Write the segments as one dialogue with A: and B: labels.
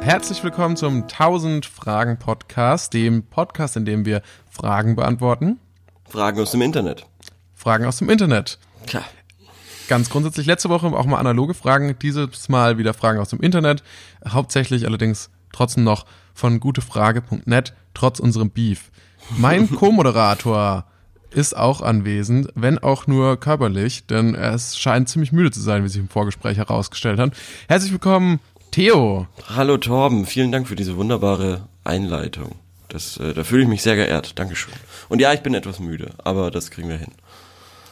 A: Herzlich willkommen zum 1000 Fragen Podcast, dem Podcast, in dem wir Fragen beantworten.
B: Fragen aus dem Internet.
A: Fragen aus dem Internet.
B: Klar.
A: Ganz grundsätzlich letzte Woche auch mal analoge Fragen, dieses Mal wieder Fragen aus dem Internet. Hauptsächlich allerdings trotzdem noch von gutefrage.net, trotz unserem Beef. Mein Co-Moderator ist auch anwesend, wenn auch nur körperlich, denn es scheint ziemlich müde zu sein, wie sich im Vorgespräch herausgestellt hat. Herzlich willkommen, Theo.
B: Hallo Torben, vielen Dank für diese wunderbare Einleitung. Das, äh, da fühle ich mich sehr geehrt. Dankeschön. Und ja, ich bin etwas müde, aber das kriegen wir hin.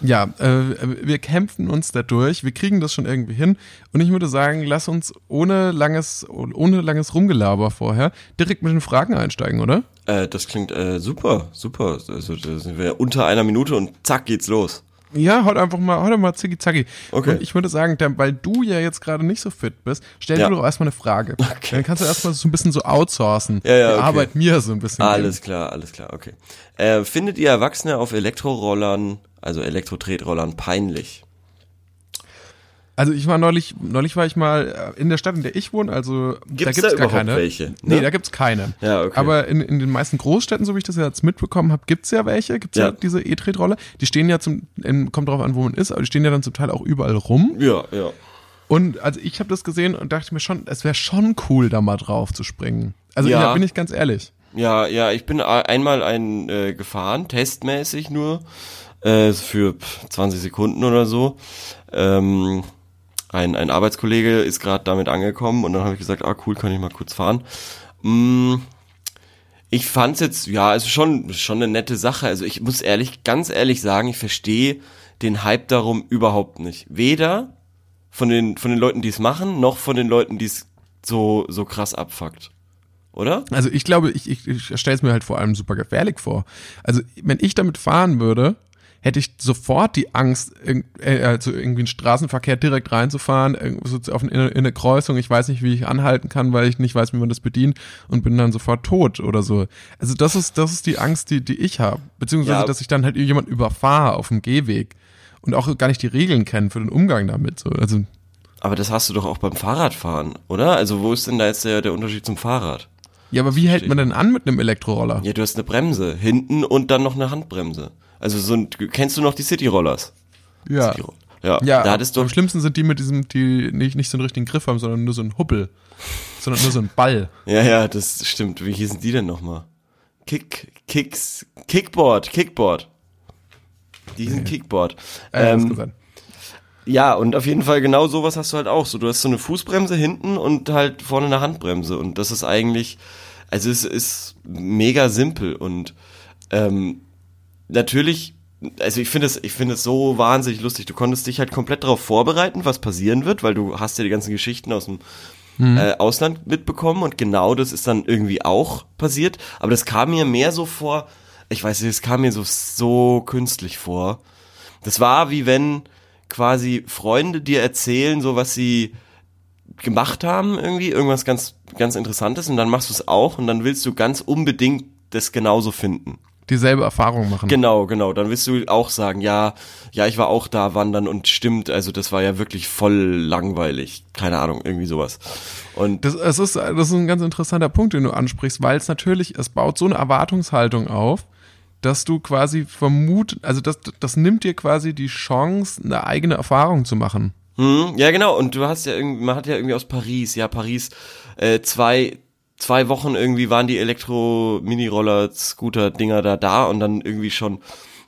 A: Ja, äh, wir kämpfen uns dadurch, wir kriegen das schon irgendwie hin. Und ich würde sagen, lass uns ohne langes, ohne langes Rumgelaber vorher direkt mit den Fragen einsteigen, oder?
B: Äh, das klingt äh, super, super. Also da sind wir unter einer Minute und zack geht's los.
A: Ja, heute einfach mal, heute mal zicki zacki.
B: Okay.
A: Und ich würde sagen, dann, weil du ja jetzt gerade nicht so fit bist, stell
B: Ja.
A: dir doch erstmal eine Frage.
B: Okay.
A: Dann kannst du erstmal so ein bisschen so outsourcen.
B: Ja, ja,
A: Die
B: okay.
A: Arbeit mir so ein bisschen.
B: Alles klar, alles klar, okay. Äh, findet ihr Erwachsene auf Elektrorollern, also Elektro-Tretrollern, peinlich?
A: Also ich war neulich, neulich war ich mal äh, in der Stadt, in der ich wohne, also da gibt's
B: Gibt's da
A: gar
B: überhaupt
A: keine.
B: welche?
A: Nee,
B: Ne?
A: da gibt's keine.
B: Ja, okay.
A: Aber in, in den meisten Großstädten, so wie ich das jetzt mitbekommen habe, gibt's ja welche, gibt's ja,
B: Ja.
A: diese E-Tretrolle. Die stehen ja zum, ähm, kommt drauf an, wo man ist, aber die stehen ja dann zum Teil auch überall rum.
B: Ja, ja.
A: Und also ich habe das gesehen und dachte mir schon, es wäre schon cool, da mal drauf zu springen. Also
B: Ja.
A: ja. bin ich ganz ehrlich.
B: Ja, ja, ich bin a- einmal einen äh, gefahren, testmäßig nur, äh, für pff, 20 Sekunden oder so. Ähm, ein, ein Arbeitskollege ist gerade damit angekommen und dann habe ich gesagt, ah cool, kann ich mal kurz fahren. Mm, ich fand's jetzt, ja, es ist schon, schon eine nette Sache. Also ich muss ehrlich, ganz ehrlich sagen, ich verstehe den Hype darum überhaupt nicht. Weder von den, von den Leuten, die es machen, noch von den Leuten, die es so, so krass abfuckt. Oder?
A: Also ich glaube, ich, ich, ich stelle es mir halt vor allem super gefährlich vor. Also wenn ich damit fahren würde, hätte ich sofort die Angst, irg- äh, also irgendwie in den Straßenverkehr direkt reinzufahren, irgendwo so auf eine, in eine Kreuzung, ich weiß nicht, wie ich anhalten kann, weil ich nicht weiß, wie man das bedient und bin dann sofort tot oder so. Also das ist, das ist die Angst, die, die ich habe. Beziehungsweise,
B: Ja.
A: dass ich dann halt jemand überfahre auf dem Gehweg und auch gar nicht die Regeln kenne für den Umgang damit. So. Also
B: Aber das hast du doch auch beim Fahrradfahren, oder? Also wo ist denn da jetzt der, der Unterschied zum Fahrrad?
A: ja, aber wie hält man denn an mit einem Elektroroller?
B: Ja, du hast eine Bremse hinten und dann noch eine Handbremse. Also so ein, kennst du noch die Cityrollers?
A: Ja.
B: Cityroll- ja.
A: Ja,
B: Da hattest du
A: am schlimmsten sind die mit diesem, die nicht, nicht so einen richtigen Griff haben, sondern nur so einen Huppel. Sondern nur so einen Ball.
B: Ja, ja, das stimmt. Wie hießen die denn nochmal? Kick, Kicks, Kickboard, Kickboard. Die hießen Kickboard.
A: Äh, das
B: Ähm,
A: kann sein.
B: Ja, und auf jeden Fall genau sowas hast du halt auch. So, du hast so eine Fußbremse hinten und halt vorne eine Handbremse. Und das ist eigentlich, also es ist mega simpel und ähm, natürlich, also ich finde es, ich finde es so wahnsinnig lustig. Du konntest dich halt komplett darauf vorbereiten, was passieren wird, weil du hast ja die ganzen Geschichten aus dem äh, Ausland mitbekommen und genau das ist dann irgendwie auch passiert. Aber das kam mir mehr so vor, ich weiß nicht, es kam mir so, so künstlich vor. Das war wie wenn quasi Freunde dir erzählen, so was sie gemacht haben irgendwie, irgendwas ganz, ganz Interessantes und dann machst du es auch und dann willst du ganz unbedingt das genauso finden.
A: Dieselbe Erfahrung machen.
B: Genau, genau. Dann willst du auch sagen, ja, ja, ich war auch da wandern und stimmt, also das war ja wirklich voll langweilig. Keine Ahnung, irgendwie sowas. Und
A: Das, es ist, das ist ein ganz interessanter Punkt, den du ansprichst, weil es natürlich, es baut so eine Erwartungshaltung auf, dass du quasi vermut, also das, das nimmt dir quasi die Chance, eine eigene Erfahrung zu machen.
B: Hm, ja, genau. Und du hast ja irgendwie, man hat ja irgendwie aus Paris, ja, Paris, äh, zwei, zwei Wochen irgendwie waren die Elektro-Mini-Roller, Scooter-Dinger da da und dann irgendwie schon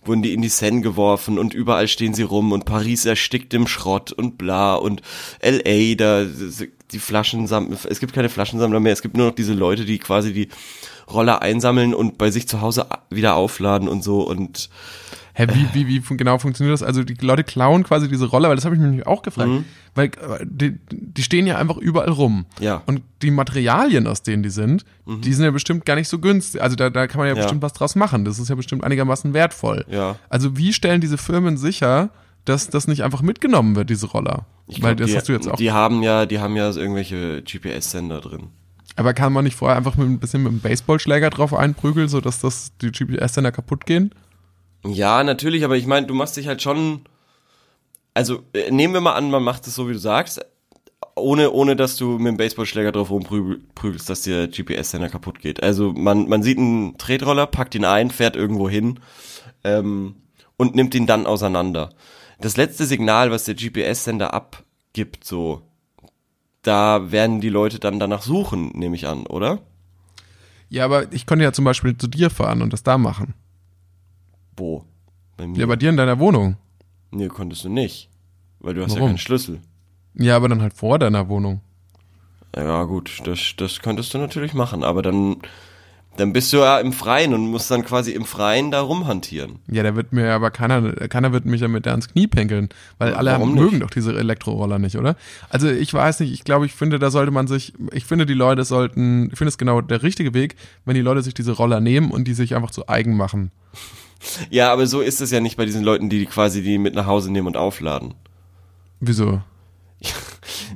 B: wurden die in die Seine geworfen und überall stehen sie rum und Paris erstickt im Schrott und bla und L.A., da die Flaschensammler, es gibt keine Flaschensammler mehr, es gibt nur noch diese Leute, die quasi die Roller einsammeln und bei sich zu Hause a- wieder aufladen und so und
A: Hä, wie, wie, wie fun genau funktioniert das? Also die Leute klauen quasi diese Roller, weil das habe ich mich nämlich auch gefragt,
B: Mhm.
A: weil äh, die, die stehen ja einfach überall rum.
B: Ja. Mhm.
A: Und die Materialien, aus denen die sind, die sind ja bestimmt gar nicht so günstig. Also da, da kann man ja,
B: Ja.
A: bestimmt was draus machen. Das ist ja bestimmt einigermaßen wertvoll.
B: Ja.
A: Also wie stellen diese Firmen sicher, dass das nicht einfach mitgenommen wird, diese Roller?
B: ich
A: weil
B: glaub,
A: das
B: die,
A: hast du jetzt auch.
B: die haben ja, die haben ja so irgendwelche GPS-Sender drin.
A: Aber kann man nicht vorher einfach mit ein bisschen mit einem Baseballschläger drauf einprügeln, sodass das die GPS-Sender kaputt gehen?
B: Ja, natürlich, aber ich meine, du machst dich halt schon. Also äh, nehmen wir mal an, man macht es so, wie du sagst, ohne, ohne dass du mit dem Baseballschläger drauf rumprügelst, dass dir GPS-Sender kaputt geht. Also man, man sieht einen Tretroller, packt ihn ein, fährt irgendwo hin ähm, und nimmt ihn dann auseinander. Das letzte Signal, was der GPS-Sender abgibt, so, da werden die Leute dann danach suchen, nehme ich an, oder?
A: Ja, aber ich konnte ja zum Beispiel zu dir fahren und das da machen.
B: Wo? Bei mir?
A: Ja, bei dir in deiner Wohnung.
B: Nee, konntest du nicht. Weil du hast ja
A: Warum?
B: keinen Schlüssel.
A: Ja, aber dann halt vor deiner Wohnung.
B: Ja, gut, das, das könntest du natürlich machen, aber dann, dann bist du ja im Freien und musst dann quasi im Freien da rumhantieren.
A: Ja, da wird mir aber keiner, keiner wird mich damit da ins Knie pinkeln, weil alle
B: Warum
A: haben,
B: nicht?
A: mögen doch diese Elektroroller nicht, oder? Also ich weiß nicht, ich glaube, ich finde, da sollte man sich, ich finde, die Leute sollten, ich finde es genau der richtige Weg, wenn die Leute sich diese Roller nehmen und die sich einfach zu eigen machen.
B: Ja, aber so ist es ja nicht bei diesen Leuten, die quasi die mit nach Hause nehmen und aufladen.
A: Wieso?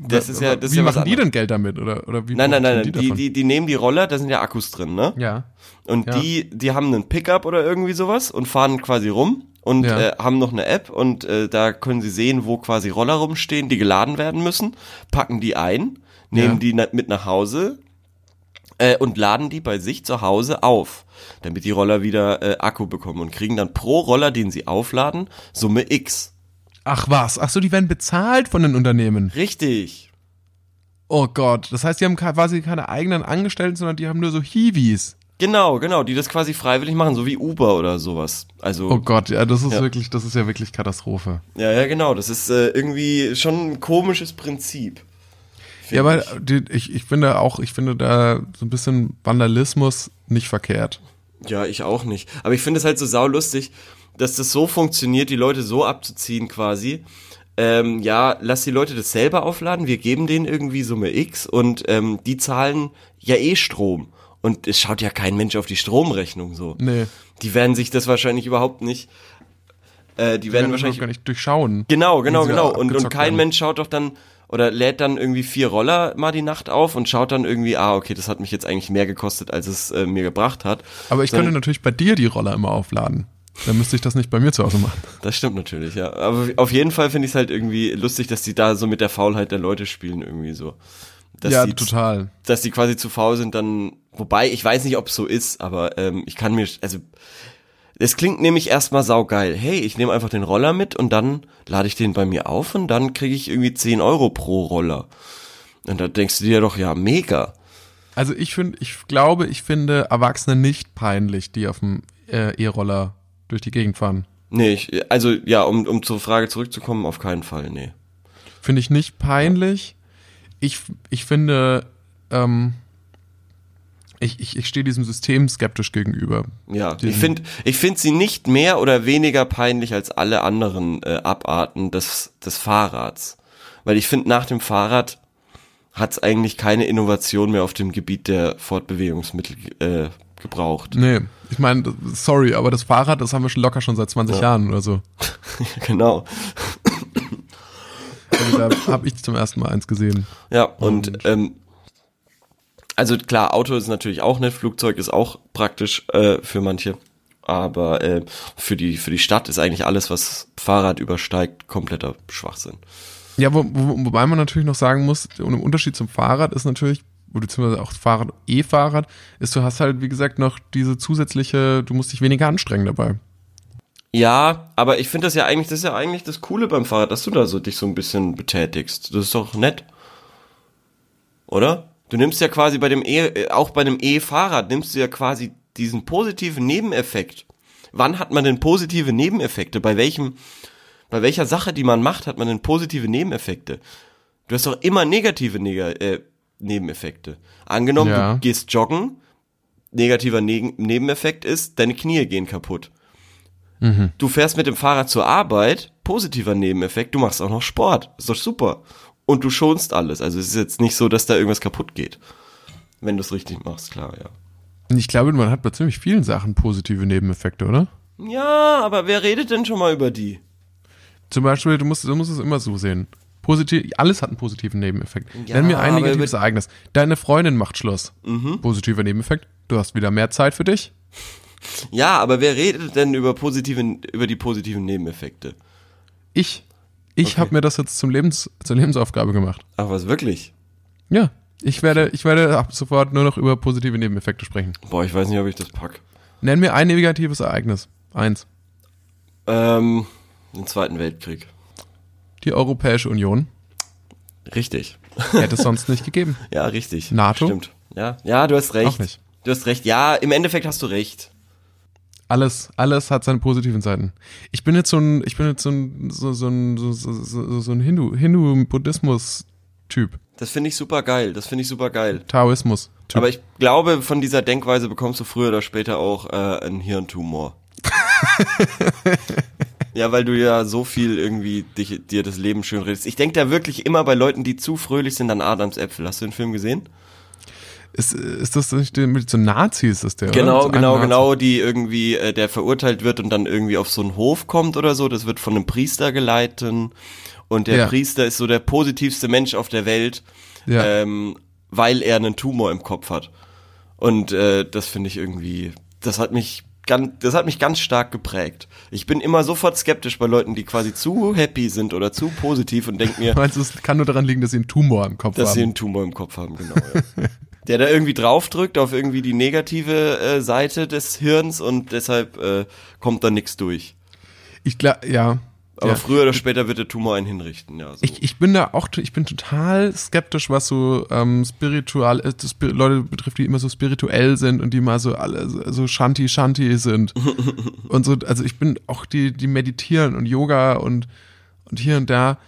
B: Das ist ja, das ist
A: wie
B: ja was
A: machen die
B: anderes.
A: denn Geld damit, oder? oder wie
B: Nein, nein, nein, nein.
A: profitieren
B: Die,
A: davon?
B: die, die nehmen die Roller, da sind ja Akkus drin, ne?
A: Ja.
B: Und
A: Ja.
B: die, die haben einen Pickup oder irgendwie sowas und fahren quasi rum und
A: Ja.
B: äh, haben noch eine App und äh, da können sie sehen, wo quasi Roller rumstehen, die geladen werden müssen, packen die ein, nehmen
A: Ja.
B: die na mit nach Hause äh, und laden die bei sich zu Hause auf, damit die Roller wieder äh, Akku bekommen und kriegen dann pro Roller, den sie aufladen, Summe X.
A: Ach was, ach so, die werden bezahlt von den Unternehmen.
B: Richtig.
A: Oh Gott, das heißt, die haben ke- quasi keine eigenen Angestellten, sondern die haben nur so Hiwis.
B: Genau, genau, die das quasi freiwillig machen, so wie Uber oder sowas. Also
A: Oh Gott, ja, das ist
B: Ja.
A: wirklich, das ist ja wirklich Katastrophe.
B: Ja, ja, genau. Das ist äh, irgendwie schon ein komisches Prinzip.
A: Ja,
B: Find
A: aber
B: ich.
A: die, ich, ich finde auch, ich finde da so ein bisschen Vandalismus nicht verkehrt.
B: Ja, ich auch nicht. Aber ich finde es halt so saulustig, dass das so funktioniert, die Leute so abzuziehen quasi. Ähm, ja, lass die Leute das selber aufladen, wir geben denen irgendwie Summe X und ähm, die zahlen ja eh Strom. Und es schaut ja kein Mensch auf die Stromrechnung so.
A: Nee.
B: Die werden sich das wahrscheinlich überhaupt nicht. Äh, die,
A: Wenn
B: werden
A: wir das
B: wahrscheinlich
A: gar nicht durchschauen.
B: Genau, genau,
A: Wenn sie
B: genau.
A: da
B: Und, und
A: abgezockt
B: kein
A: werden.
B: Mensch schaut doch dann oder lädt dann irgendwie vier Roller mal die Nacht auf und schaut dann irgendwie, ah, okay, das hat mich jetzt eigentlich mehr gekostet, als es äh, mir gebracht hat.
A: Aber ich
B: Sondern-
A: könnte natürlich bei dir die Roller immer aufladen. Dann müsste ich das nicht bei mir zu Hause machen.
B: Das stimmt natürlich, ja. Aber auf jeden Fall finde ich es halt irgendwie lustig, dass die da so mit der Faulheit der Leute spielen irgendwie so. Dass
A: ja,
B: die,
A: total.
B: Dass die quasi zu faul sind, dann, wobei, ich weiß nicht, ob es so ist, aber ähm, ich kann mir, also, es klingt nämlich erstmal saugeil. Hey, ich nehme einfach den Roller mit und dann lade ich den bei mir auf und dann kriege ich irgendwie 10 Euro pro Roller. Und da denkst du dir doch, ja, mega.
A: Also ich finde, ich glaube, ich finde Erwachsene nicht peinlich, die auf dem äh, E-Roller durch die Gegend fahren.
B: Nee, ich, also, ja, um, um zur Frage zurückzukommen, auf keinen Fall, nee.
A: Finde ich nicht peinlich. Ich, ich finde, ähm, ich, ich, ich stehe diesem System skeptisch gegenüber.
B: Ja,
A: Den-
B: ich finde ich find sie nicht mehr oder weniger peinlich als alle anderen äh, Abarten des, des Fahrrads. Weil ich finde, nach dem Fahrrad hat's eigentlich keine Innovation mehr auf dem Gebiet der Fortbewegungsmittel äh, gebraucht.
A: Nee, ich meine, sorry, aber das Fahrrad, das haben wir schon locker schon seit 20 Jahren oder so.
B: genau.
A: Also da habe ich zum ersten Mal eins gesehen.
B: Ja, und ähm, also klar, Auto ist natürlich auch nett, Flugzeug ist auch praktisch äh, für manche. Aber äh, für, die, für die Stadt ist eigentlich alles, was Fahrrad übersteigt, kompletter Schwachsinn.
A: Ja, wo, wo, wobei man natürlich noch sagen muss, und im Unterschied zum Fahrrad ist natürlich, oder beziehungsweise auch Fahrrad, E-Fahrrad, ist, du hast halt, wie gesagt, noch diese zusätzliche, du musst dich weniger anstrengen dabei.
B: Ja, aber ich finde das ja eigentlich, das ist ja eigentlich das Coole beim Fahrrad, dass du da so dich so ein bisschen betätigst. Das ist doch nett. Oder? Du nimmst ja quasi bei dem E, äh, auch bei einem E-Fahrrad nimmst du ja quasi diesen positiven Nebeneffekt. Wann hat man denn positive Nebeneffekte? Bei welchem, bei welcher Sache, die man macht, hat man denn positive Nebeneffekte? Du hast doch immer negative Nega, äh, Nebeneffekte. Angenommen,
A: Ja.
B: du gehst joggen, negativer Neg Nebeneffekt ist, deine Knie gehen kaputt. Du fährst mit dem Fahrrad zur Arbeit, positiver Nebeneffekt, du machst auch noch Sport. Ist doch super. Und du schonst alles. Also es ist jetzt nicht so, dass da irgendwas kaputt geht. Wenn du es richtig machst, klar, ja.
A: Und ich glaube, man hat bei ziemlich vielen Sachen positive Nebeneffekte, oder?
B: Ja, aber wer redet denn schon mal über die?
A: Zum Beispiel, du musst, du musst es immer so sehen. Positiv, alles hat einen positiven Nebeneffekt.
B: Ja,
A: Nenn mir ein
B: aber Mhm.
A: negatives
B: über-
A: Ereignis. Deine Freundin macht Schluss. Positiver Nebeneffekt. Du hast wieder mehr Zeit für dich.
B: Ja, aber wer redet denn über positive, über die positiven Nebeneffekte?
A: Ich. Ich
B: Okay.
A: habe mir das jetzt zum Lebens, zur Lebensaufgabe gemacht.
B: Ach was, wirklich?
A: Ja. Ich werde, ich werde ab sofort nur noch über positive Nebeneffekte sprechen.
B: Boah, ich weiß nicht, ob ich das pack.
A: Nenn mir ein negatives Ereignis. Eins.
B: Ähm, den Zweiten Weltkrieg.
A: Die Europäische Union
B: Richtig.
A: hätte es sonst nicht gegeben.
B: Ja, richtig.
A: NATO?
B: Stimmt. Ja, ja, du hast recht.
A: Auch nicht.
B: Du hast recht. Ja, im Endeffekt hast du recht.
A: Alles, alles hat seine positiven Seiten. Ich bin jetzt so ein, ich bin jetzt so ein, so, so ein, so, so, so, so ein Hindu, Hindu-Buddhismus-Typ.
B: Das finde ich super geil. Das finde ich super geil.
A: Taoismus-Typ.
B: Aber ich glaube, von dieser Denkweise bekommst du früher oder später auch äh, einen Hirntumor. ja, weil du ja so viel irgendwie dich, dir das Leben schön redest. Ich denke da wirklich immer bei Leuten, die zu fröhlich sind, an Adams Äpfel. Hast du den Film gesehen?
A: Ist, ist das nicht der- mit so Nazis, ist der? oder?
B: Genau,
A: So einem
B: genau,
A: Nazi.
B: genau, die irgendwie, äh, der verurteilt wird und dann irgendwie auf so einen Hof kommt oder so. Das wird von einem Priester geleitet. Und der
A: Ja.
B: Priester ist so der positivste Mensch auf der Welt,
A: Ja.
B: ähm, weil er einen Tumor im Kopf hat. Und äh, das finde ich irgendwie, das hat mich ganz, das hat mich ganz stark geprägt. Ich bin immer sofort skeptisch bei Leuten, die quasi zu happy sind oder zu positiv und denke mir,
A: Meinst du, es kann nur daran liegen, dass sie einen Tumor im Kopf
B: dass sie
A: haben?
B: einen Tumor im Kopf haben, genau. Ja. Der da irgendwie draufdrückt auf irgendwie die negative äh, Seite des Hirns und deshalb äh, kommt da nichts durch.
A: Ich glaube, ja.
B: Aber
A: ja.
B: früher oder später wird der Tumor einen hinrichten, ja. So.
A: Ich, ich bin da auch, t- ich bin total skeptisch, was so ähm, spiritual, äh, spi Leute betrifft, die immer so spirituell sind und die mal so alle so so Shanti Shanti sind und so. Also ich bin auch die, die meditieren und Yoga und und hier und da.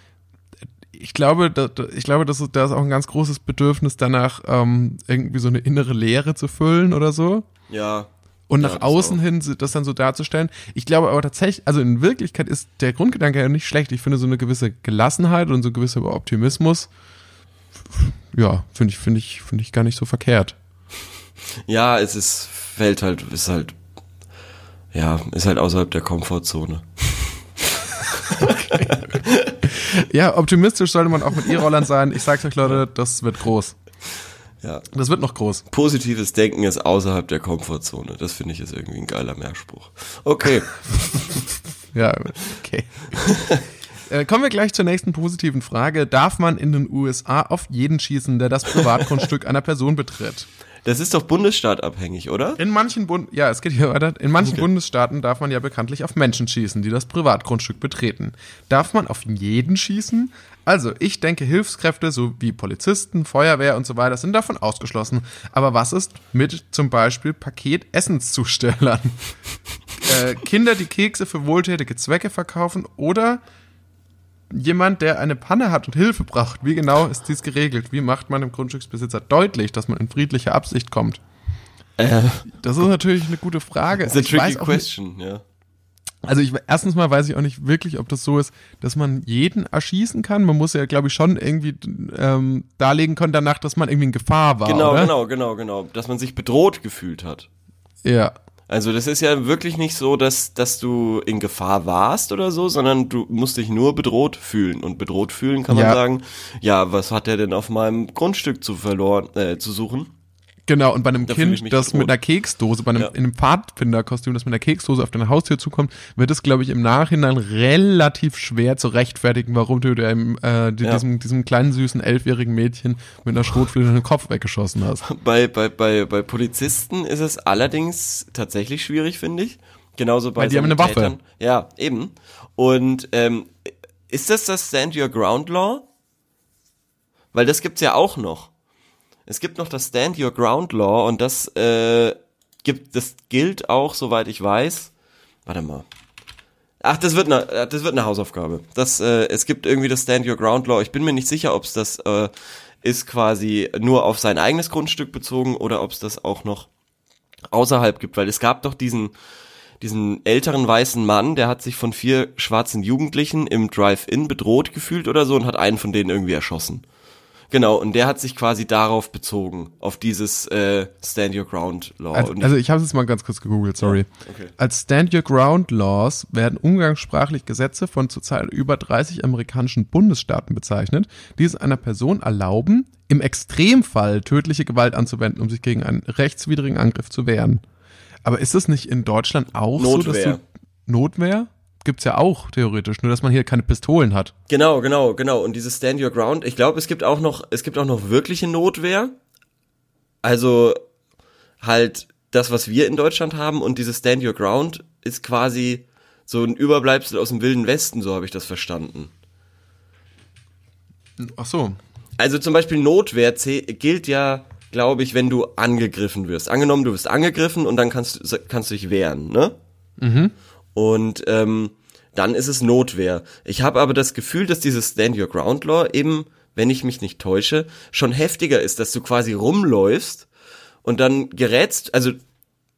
A: Ich glaube, da, da- ich glaube, das ist, da ist auch ein ganz großes Bedürfnis danach, ähm, irgendwie so eine innere Leere zu füllen oder so.
B: ja.
A: Und
B: Ja,
A: nach
B: das
A: außen
B: auch.
A: hin si- das dann so darzustellen. Ich glaube aber tatsächlich, also in Wirklichkeit ist der Grundgedanke ja nicht schlecht. Ich finde so eine gewisse Gelassenheit und so ein gewisser Optimismus, f- ja, finde ich, finde ich, finde ich gar nicht so verkehrt.
B: Ja, es ist, fällt halt, ist halt, ja, ist halt außerhalb der Komfortzone.
A: Ja, optimistisch sollte man auch mit E-Rollern sein. Ich sag's euch, Leute, das wird groß.
B: Ja.
A: Das wird noch groß.
B: Positives Denken ist außerhalb der Komfortzone. Das finde ich ist irgendwie ein geiler Mehrspruch. Okay.
A: Ja, okay. Äh, Kommen wir gleich zur nächsten positiven Frage. Darf man in den USA auf jeden schießen, der das Privatgrundstück einer Person betritt?
B: Das ist doch bundesstaatabhängig, oder?
A: In manchen Bund ja, es geht hier weiter. In manchen Bundesstaaten darf man ja bekanntlich auf Menschen schießen, die das Privatgrundstück betreten. Darf man auf jeden schießen? Also, ich denke, Hilfskräfte sowie Polizisten, Feuerwehr und so weiter sind davon ausgeschlossen. Aber was ist mit zum Beispiel Paketessenszustellern? äh, Kinder, die Kekse für wohltätige Zwecke verkaufen oder jemand, der eine Panne hat und Hilfe braucht. Wie genau ist dies geregelt? Wie macht man dem Grundstücksbesitzer deutlich, dass man in friedlicher Absicht kommt?
B: Äh,
A: Das ist natürlich eine gute Frage.
B: it's a
A: Ich
B: tricky
A: weiß auch nicht,
B: question, ja.
A: also ich, erstens mal weiß ich auch nicht wirklich, ob das so ist, dass man jeden erschießen kann. Man muss ja, glaube ich, schon irgendwie ähm, darlegen können danach, dass man irgendwie in Gefahr war.
B: Genau,
A: oder?
B: genau, genau, genau. Dass man sich bedroht gefühlt hat.
A: Ja.
B: Also das ist ja wirklich nicht so, dass, dass du in Gefahr warst oder so, sondern du musst dich nur bedroht fühlen. Und bedroht fühlen kann man
A: Ja.
B: sagen, ja, was hat der denn auf meinem Grundstück zu verloren, äh, zu suchen?
A: Genau, und bei einem
B: Da fühle ich mich
A: Kind, das
B: bedroht.
A: mit einer Keksdose, bei einem,
B: Ja.
A: in einem Pfadfinderkostüm, das mit einer Keksdose auf deine Haustür zukommt, wird es, glaube ich, im Nachhinein relativ schwer zu rechtfertigen, warum du dem, äh, die-
B: Ja.
A: diesem, diesem kleinen, süßen, elfjährigen Mädchen mit einer Schrotflinte den Kopf weggeschossen hast.
B: Bei, bei, bei, bei Polizisten ist es allerdings tatsächlich schwierig, finde ich. Genauso bei
A: Weil die haben eine
B: Sanitätern.
A: Waffe.
B: Ja, eben. Und ähm, ist das das Stand Your Ground Law? Weil das gibt's ja auch noch. Es gibt noch das Stand Your Ground Law und das äh, gibt, das gilt auch, soweit ich weiß. Warte mal. Ach, das wird eine, äh, das wird eine Hausaufgabe. Das, äh, es gibt irgendwie das Stand Your Ground Law. Ich bin mir nicht sicher, ob es das äh, ist quasi nur auf sein eigenes Grundstück bezogen oder ob es das auch noch außerhalb gibt, weil es gab doch diesen diesen älteren weißen Mann, der hat sich von vier schwarzen Jugendlichen im Drive-In bedroht gefühlt oder so und hat einen von denen irgendwie erschossen. Genau, und der hat sich quasi darauf bezogen, auf dieses äh, Stand Your Ground Law.
A: Als,
B: und
A: also ich habe es jetzt mal ganz kurz gegoogelt, sorry.
B: okay.
A: Als Stand Your Ground Laws werden umgangssprachlich Gesetze von zurzeit über 30 amerikanischen Bundesstaaten bezeichnet, die es einer Person erlauben, im Extremfall tödliche Gewalt anzuwenden, um sich gegen einen rechtswidrigen Angriff zu wehren. Aber ist es nicht in Deutschland auch so, dass
B: Notwehr.
A: du Notwehr? gibt's ja auch theoretisch, nur dass man hier keine Pistolen hat.
B: Genau, genau, genau. Und dieses Stand Your Ground, ich glaube, es gibt auch noch, es gibt auch noch wirkliche Notwehr. Also halt das, was wir in Deutschland haben und dieses Stand Your Ground ist quasi so ein Überbleibsel aus dem Wilden Westen, so habe ich das verstanden.
A: Ach so.
B: Also zum Beispiel Notwehr zäh- gilt ja, glaube ich, wenn du angegriffen wirst. Angenommen, du wirst angegriffen und dann kannst, du- kannst du dich wehren, ne? Und ähm, dann ist es Notwehr. Ich habe aber das Gefühl, dass dieses Stand Your Ground Law eben, wenn ich mich nicht täusche, schon heftiger ist, dass du quasi rumläufst und dann gerätst, also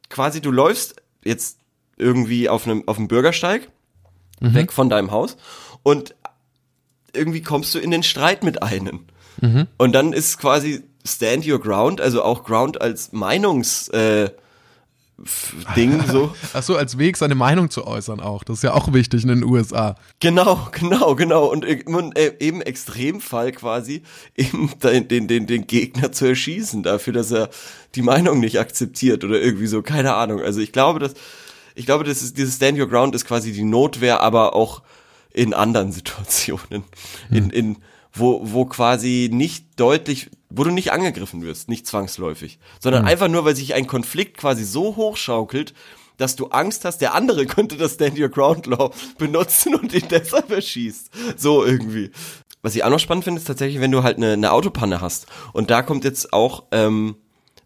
B: quasi du läufst jetzt irgendwie auf einem auf dem Bürgersteig weg von deinem Haus und irgendwie kommst du in den Streit mit einem. Und dann ist quasi Stand Your Ground, also auch Ground als Meinungs äh, f- Ding so.
A: Ach so, als Weg seine Meinung zu äußern auch. Das ist ja auch wichtig in den USA.
B: Genau, genau, genau. Und, äh, und äh, eben Extremfall quasi, eben den, den, den, den Gegner zu erschießen dafür, dass er die Meinung nicht akzeptiert oder irgendwie so, keine Ahnung. Also ich glaube, dass, ich glaube, dass dieses Stand Your Ground ist quasi die Notwehr, aber auch in anderen Situationen, in, in, wo, wo quasi nicht deutlich, wo du nicht angegriffen wirst, nicht zwangsläufig, sondern einfach nur, weil sich ein Konflikt quasi so hochschaukelt, dass du Angst hast, der andere könnte das Stand Your Ground Law benutzen und ihn deshalb erschießt. So irgendwie. Was ich auch noch spannend finde, ist tatsächlich, wenn du halt eine, eine Autopanne hast. Und da kommt jetzt auch, ähm,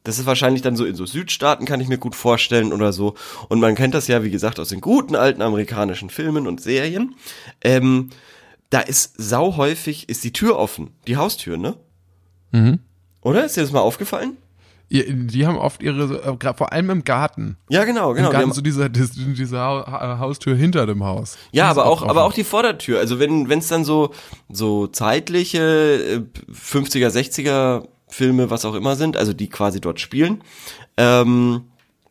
B: das ist wahrscheinlich dann so in so Südstaaten, kann ich mir gut vorstellen oder so. Und man kennt das ja, wie gesagt, aus den guten alten amerikanischen Filmen und Serien. Ähm, da ist sau häufig, ist die Tür offen. Die Haustür, ne? Mhm. Oder? Ist dir das mal aufgefallen?
A: Ihr- Die haben oft ihre, äh, gra- vor allem im Garten.
B: Ja, genau, genau.
A: Im
B: Wir
A: Garten
B: haben-
A: so diese, diese, diese Hau- Ha- Haustür hinter dem Haus.
B: Ja,
A: Die ist
B: aber auch,
A: offen.
B: aber auch die Vordertür. Also wenn wenn es dann so so zeitliche äh, 50er, 60er Filme, was auch immer sind, also die quasi dort spielen, ähm,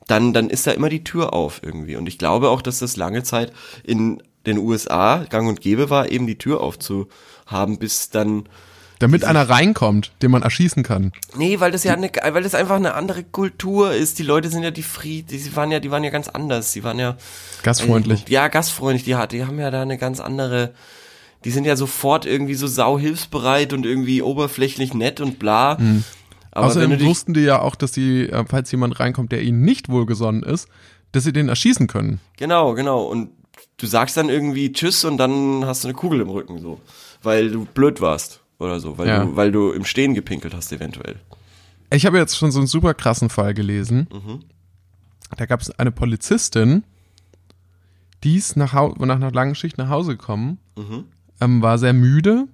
B: dann dann ist da immer die Tür auf irgendwie. Und ich glaube auch, dass das lange Zeit in den USA Gang und Gäbe war, eben die Tür aufzuhaben, bis dann
A: Damit einer reinkommt, den man erschießen kann.
B: Nee, weil das ja eine, weil das einfach eine andere Kultur ist. Die Leute sind ja die Fried, die waren ja, die waren ja ganz anders. Die waren ja
A: Gastfreundlich.
B: Ja, gastfreundlich. Die, hat- die haben ja da eine ganz andere. Die sind ja sofort irgendwie so sauhilfsbereit und irgendwie oberflächlich nett und bla. Aber wenn du
A: Mhm. Außerdem
B: dich,
A: wussten die ja auch, dass sie, äh, falls jemand reinkommt, der ihnen nicht wohlgesonnen ist, dass sie den erschießen können.
B: genau, genau. Und du sagst dann irgendwie Tschüss und dann hast du eine Kugel im Rücken so, weil du blöd warst oder so, weil
A: Ja.
B: du, weil du im Stehen gepinkelt hast eventuell.
A: Ich habe jetzt schon so einen super krassen Fall gelesen.
B: Mhm.
A: Da gab es eine Polizistin, die ist nach, Hau- nach einer langen Schicht nach Hause gekommen,
B: Mhm.
A: ähm, war sehr müde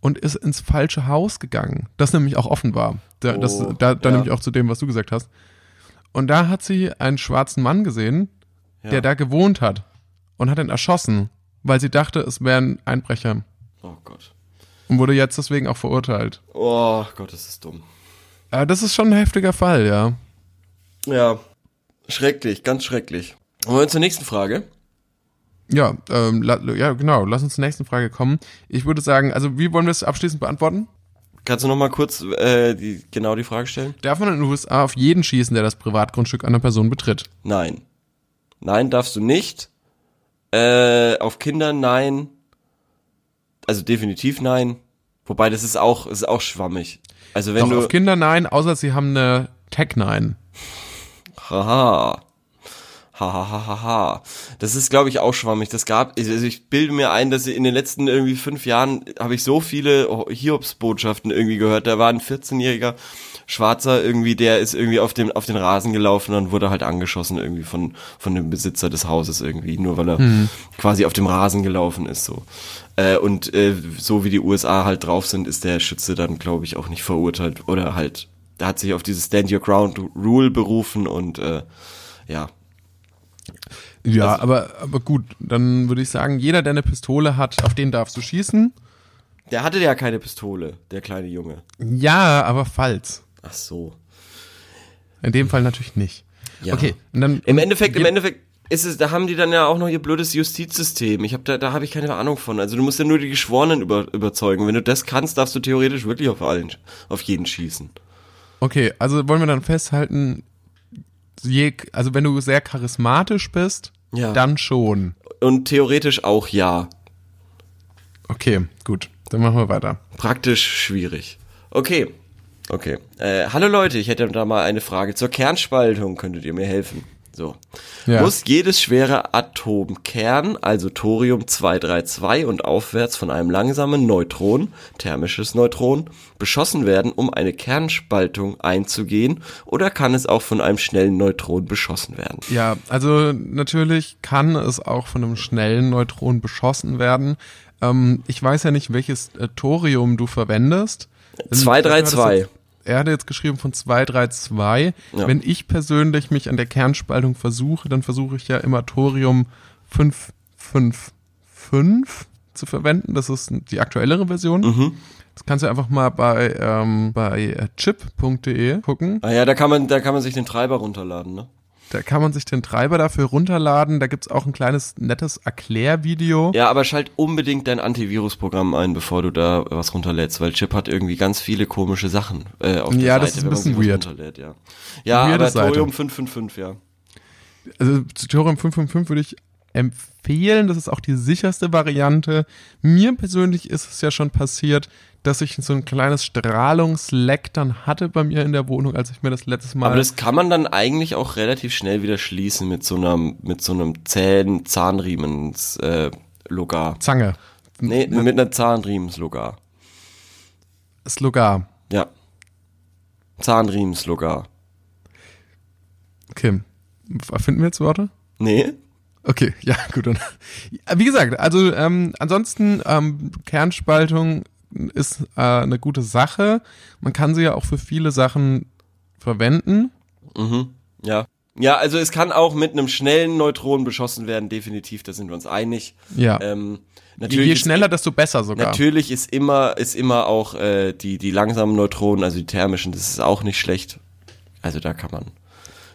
A: und ist ins falsche Haus gegangen, das nämlich auch offen war. Da, das,
B: Oh,
A: da, da
B: ja.
A: nämlich auch zu dem, was du gesagt hast. Und da hat sie einen schwarzen Mann gesehen, der da gewohnt hat und hat ihn erschossen, weil sie dachte, es wären Einbrecher
B: Oh Gott.
A: und wurde jetzt deswegen auch verurteilt.
B: Oh Gott, das ist dumm.
A: Äh, das ist schon ein heftiger Fall, ja.
B: Ja, schrecklich, ganz schrecklich. Wollen wir zur nächsten Frage?
A: Ja, ähm, la, ja, genau. Lass uns zur nächsten Frage kommen. Ich würde sagen, also wie wollen wir es abschließend beantworten?
B: Kannst du noch mal kurz äh, die, genau die Frage stellen?
A: Darf man in den USA auf jeden schießen, der das Privatgrundstück einer Person betritt?
B: Nein. Nein, darfst du nicht. Äh, auf Kinder nein. Also definitiv nein. Wobei das ist auch ist auch schwammig. Also wenn
A: Doch, auf
B: du
A: Kinder nein, außer sie haben eine Tech nein.
B: haha hahaha das ist glaube ich auch schwammig. Das gab also ich bilde mir ein, dass in den letzten irgendwie fünf Jahren habe ich so viele Hiobsbotschaften irgendwie gehört. Da war ein 14-jähriger Schwarzer irgendwie, der ist irgendwie auf dem auf den Rasen gelaufen und wurde halt angeschossen irgendwie von von dem Besitzer des Hauses irgendwie, nur weil er quasi auf dem Rasen gelaufen ist so. Äh, und äh, so wie die USA halt drauf sind, ist der Schütze dann glaube ich auch nicht verurteilt oder halt der hat sich auf dieses Stand Your Ground Rule berufen und äh, ja,
A: Ja, aber, Also aber gut, dann würde ich sagen, jeder, der eine Pistole hat, auf den darfst du schießen.
B: der hatte ja keine Pistole, der kleine Junge.
A: Ja, aber falls.
B: Ach so.
A: In dem Fall natürlich nicht.
B: Ja.
A: Okay, und dann
B: Im Endeffekt, im Endeffekt ist es, da haben die dann ja auch noch ihr blödes Justizsystem. Ich habe da, da habe ich keine Ahnung von. Also du musst ja nur die Geschworenen über, überzeugen. Wenn du das kannst, darfst du theoretisch wirklich auf allen, auf jeden schießen.
A: Okay, also wollen wir dann festhalten, je, also wenn du sehr charismatisch bist,
B: Ja.
A: dann schon.
B: und theoretisch auch ja.
A: Okay, gut. Dann machen wir weiter.
B: Praktisch schwierig. Okay. Okay. Äh, hallo Leute, ich hätte da mal eine Frage zur Kernspaltung. Könntet ihr mir helfen? So.
A: Ja.
B: Muss jedes schwere Atomkern, also Thorium 232 und aufwärts von einem langsamen Neutron, thermisches Neutron, beschossen werden, um eine Kernspaltung einzugehen, oder kann es auch von einem schnellen Neutron beschossen werden?
A: Ja, also natürlich kann es auch von einem schnellen Neutron beschossen werden. Ähm, ich weiß ja nicht, welches äh, Thorium du verwendest. Denn
B: 232.
A: du hattest jetzt- Er hatte jetzt geschrieben von 232.
B: Ja.
A: Wenn ich persönlich mich an der Kernspaltung versuche, dann versuche ich ja immer Thorium 555 zu verwenden. Das ist die aktuellere Version. Das kannst du einfach mal bei, ähm, bei äh, chip.de gucken.
B: Ah ja, da kann man, da kann man sich den Treiber runterladen, ne?
A: Da kann man sich den Treiber dafür runterladen. Da gibt's auch ein kleines nettes Erklärvideo.
B: Ja, aber schalt unbedingt dein Antivirusprogramm ein, bevor du da was runterlädst, weil Chip hat irgendwie ganz viele komische Sachen äh, auf der
A: Ja,
B: Seite,
A: das ist ein
B: wenn man
A: bisschen
B: sich was
A: weird.
B: runterlädt, ja. Ja,
A: Weirde
B: aber
A: Seite.
B: Thorium 555, ja.
A: Also zu Thorium 555 würde ich empfehlen. Das ist auch die sicherste Variante. Mir persönlich ist es ja schon passiert, dass ich so ein kleines Strahlungsleck dann hatte bei mir in der Wohnung, als ich mir das letztes Mal.
B: Aber das kann man dann eigentlich auch relativ schnell wieder schließen mit so einem mit so einem zähen Zahnriemens äh, Logar.
A: Zange.
B: Nee, mit einer Zahnriemens Logar.
A: Slogar.
B: Ja. Zahnriemens Logar.
A: Kim. Finden wir jetzt Worte?
B: Nee?
A: Okay, ja, gut. Dann. Wie gesagt, also ähm, ansonsten ähm, Kernspaltung ist äh, eine gute Sache. Man kann sie ja auch für viele Sachen verwenden.
B: Mhm. Ja. Ja, also es kann auch mit einem schnellen Neutron beschossen werden, definitiv, da sind wir uns einig.
A: Ja.
B: Ähm,
A: Je-
B: natürlich
A: Je
B: ist-
A: schneller, desto besser sogar.
B: Natürlich ist immer, ist immer auch äh, die, die langsamen Neutronen, also die thermischen, das ist auch nicht schlecht. Also da kann man